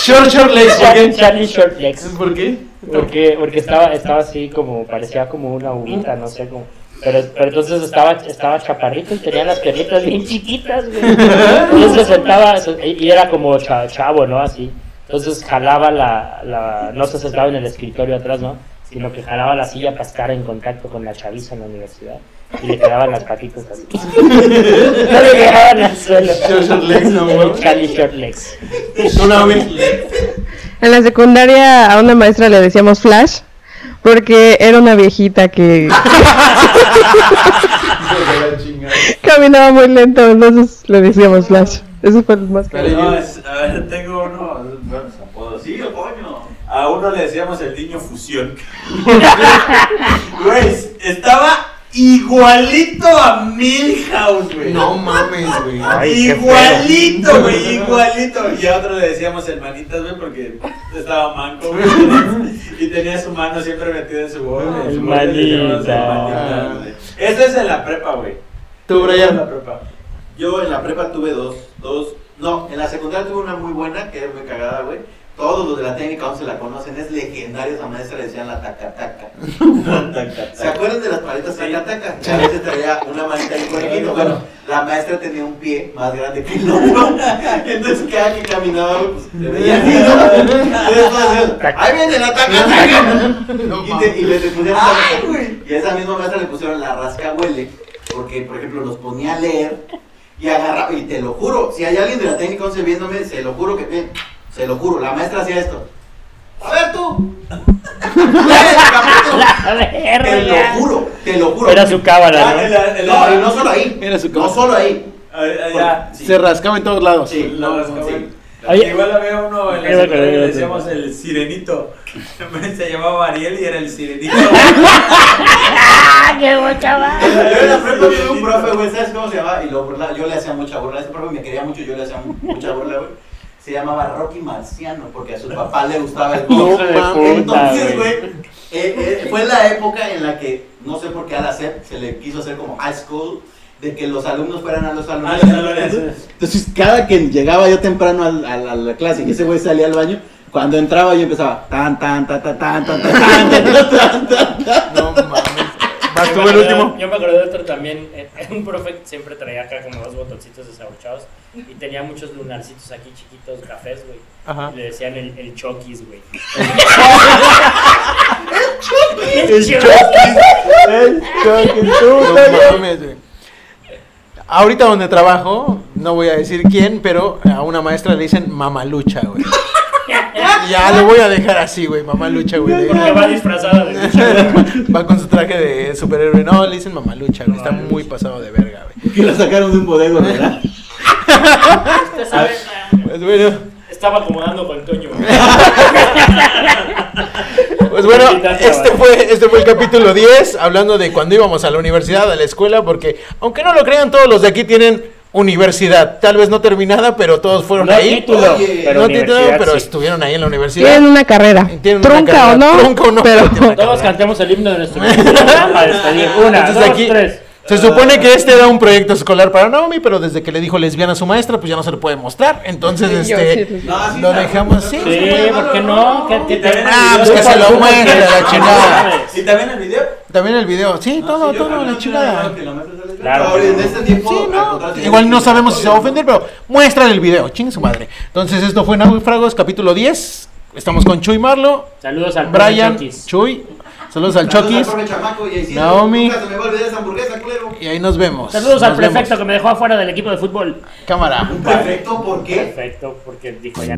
Short, short legs, ¿por
Charlie,
qué?
Charlie short legs.
¿Por qué?
Porque, porque estaba, estaba así como, parecía como una uguita, no sé cómo. Pero, pero entonces estaba, estaba chaparrito y tenía las piernitas bien chiquitas, güey. Entonces se sentaba, se- y y era como cha- chavo, ¿no? Así. Entonces jalaba la, la, no se sentaba en el escritorio atrás, ¿no? Sino que jalaba la silla para estar en contacto con la chaviza en la universidad. Y le quedaban las patitas así. No le quedaban al suelo.
Short, short legs, no, güey.
Charlie short legs. [LAUGHS]
Tú, Naomi.
En la secundaria a una maestra le decíamos Flash porque era una
[LAUGHS]
viejita que caminaba muy lento, entonces le decíamos Flash. Eso fue lo más que...
No, es- a ver, tengo uno, buenos apodos.
Sí, coño.
A uno le decíamos el niño [LAUGHS] fusión. Güey, estaba igualito a Milhouse, güey.
No mames, güey.
Ay, qué feo. [LAUGHS]
igualito, güey, igualito. Y a otro le decíamos hermanitas, güey, porque estaba manco, güey. Y tenía su mano siempre metida en su boca. en su boca, y le decíamos
Hermanita.
hermanitas, güey. Eso es en la prepa, güey.
Tú,
En la
Brian.
prepa.
[LAUGHS]
Yo en la prepa tuve dos, dos, no, en la secundaria tuve una muy buena, que era muy cagada, güey. Todos los de la técnica aún se la conocen, es legendaria esa maestra, le decían la tacataca. ¿Se acuerdan de las paletas tacataca? Que a veces traía una manita y un cuerquito. Bueno, la maestra tenía un pie más grande que el otro. [LAUGHS] Entonces cada que caminaba, güey, pues se veía así, ¿no? Entonces, pues, Ahí viene la tacataca. Y, te- y les pusieron y a esa misma maestra le pusieron la rascahuele, porque por ejemplo nos ponía a leer y agarraba, y te lo juro, si hay alguien de la técnica 11 viéndome, se lo juro que te, se lo juro, la maestra hacía esto. A ver tú. Lee el capítulo.
A ver,
te lo juro, te lo juro.
Era su cámara,
Ah,
¿no?
en la- en
No,
la-
y no solo ahí.
Era su
No
cosa.
solo ahí.
Ah, ah, ya.
Sí,
Se rascaba en todos lados.
sí,
la
no,
rascahuele.
sí.
Oye.
Igual había uno en la
Creo que
secundaria que
lo
le
veo,
decíamos el sirenito. [LAUGHS] Se llamaba Ariel y era
[LAUGHS]
el sirenito.
¡Ah, qué buen chaval!
Yo en la prepa tuve un profe, güey, ¿sabes cómo se llamaba? Y lo burla, yo le hacía mucha burla. Ese profe me quería mucho, yo le hacía mu- mucha burla, güey. Se llamaba Rocky Marciano porque a su papá le gustaba el box.
Hijo de puta,
Entonces,
güey.
güey, eh, eh, fue la época en la que, no sé por qué a la SEP se le quiso hacer como high school, de que los alumnos fueran a los
Ah,
alumnos.
los salones.
Entonces, cada que llegaba yo temprano al- a, la- a la clase y que ese güey salía al baño, cuando entraba yo empezaba tan, tan, tan, tan, tan, tan, tan, tan, tan, tan, tan, tan, tan.
No mames. Vas
Yo
Ah, tú
me
el
acordé-
último.
Yo me acordé de otro también. eh, [LAUGHS] Un profe que siempre traía acá como dos botoncitos desabuchados y tenía muchos lunarcitos aquí chiquitos, cafés, güey.
Ajá.
Y Le decían el, el choquis,
[LAUGHS]
güey.
El choquis. El choquis. No mames, güey. Ahorita donde trabajo, no voy a decir quién, pero a una maestra le dicen mamalucha, güey. Ya lo voy a dejar así, güey. Mamalucha, güey. de-
Porque va disfrazado de bicho, güey.
Va con su traje de superhéroe. No, le dicen mamalucha, güey. Está muy pasado de verga, güey.
Que lo sacaron de un bodego, ¿verdad?
Usted sabe,
Pues bueno,
Estaba acomodando con Toño. güey.
pues bueno, este fue, este fue el capítulo 10, hablando de cuando íbamos a la universidad, a la escuela, porque aunque no lo crean, todos los de aquí tienen universidad. Tal vez no terminada, [LAUGHS] pero todos fueron
No
ahí.
título,
Oye,
pero
no título,
universidad
pero
sí.
estuvieron ahí en la universidad.
Tienen una carrera.
Tienen una
trunca
carrera,
o no.
trunca o no, [LAUGHS]
Pero
pero tienen-
Todos cantemos el himno de
[LAUGHS]
nuestro programa para despedir. Una,
Entonces,
dos,
aquí-
tres.
Se supone que este era un proyecto escolar para Naomi, pero desde que le dijo lesbiana a su maestra, pues ya no se le puede mostrar. Entonces,
Sí, yo sí,
este,
sí.
No, sí,
lo
no,
dejamos así.
Sí, ¿por qué no? ¿Qué- qué-
también
Ah,
el
pues que
video.
se lo muestre la
No,
chingada.
mames.
Y también el video.
También el video, sí, todo, todo, la chingada.
Claro
Claro,
que
en
no.
este tiempo.
Sí,
al
no,
contrario,
igual no
sí,
sabemos si se va a
obvio,
ofender, pero muestra el video, chingue su madre. Entonces, esto fue Náufragos, capítulo 10. Estamos con Chuy Marlo,
Saludos al profe
Brian,
Chokis.
Chuy, saludos al
Saludos al
Chokis,
profe Chamaco y a Isidro.
Naomi.
Nunca se me va a olvidar esa hamburguesa, culero.
y ahí nos vemos.
Saludos al
Nos vemos.
prefecto que me dejó afuera del equipo de fútbol.
Cámara.
Un perfecto, ¿por qué?
Perfecto, porque dijo ya.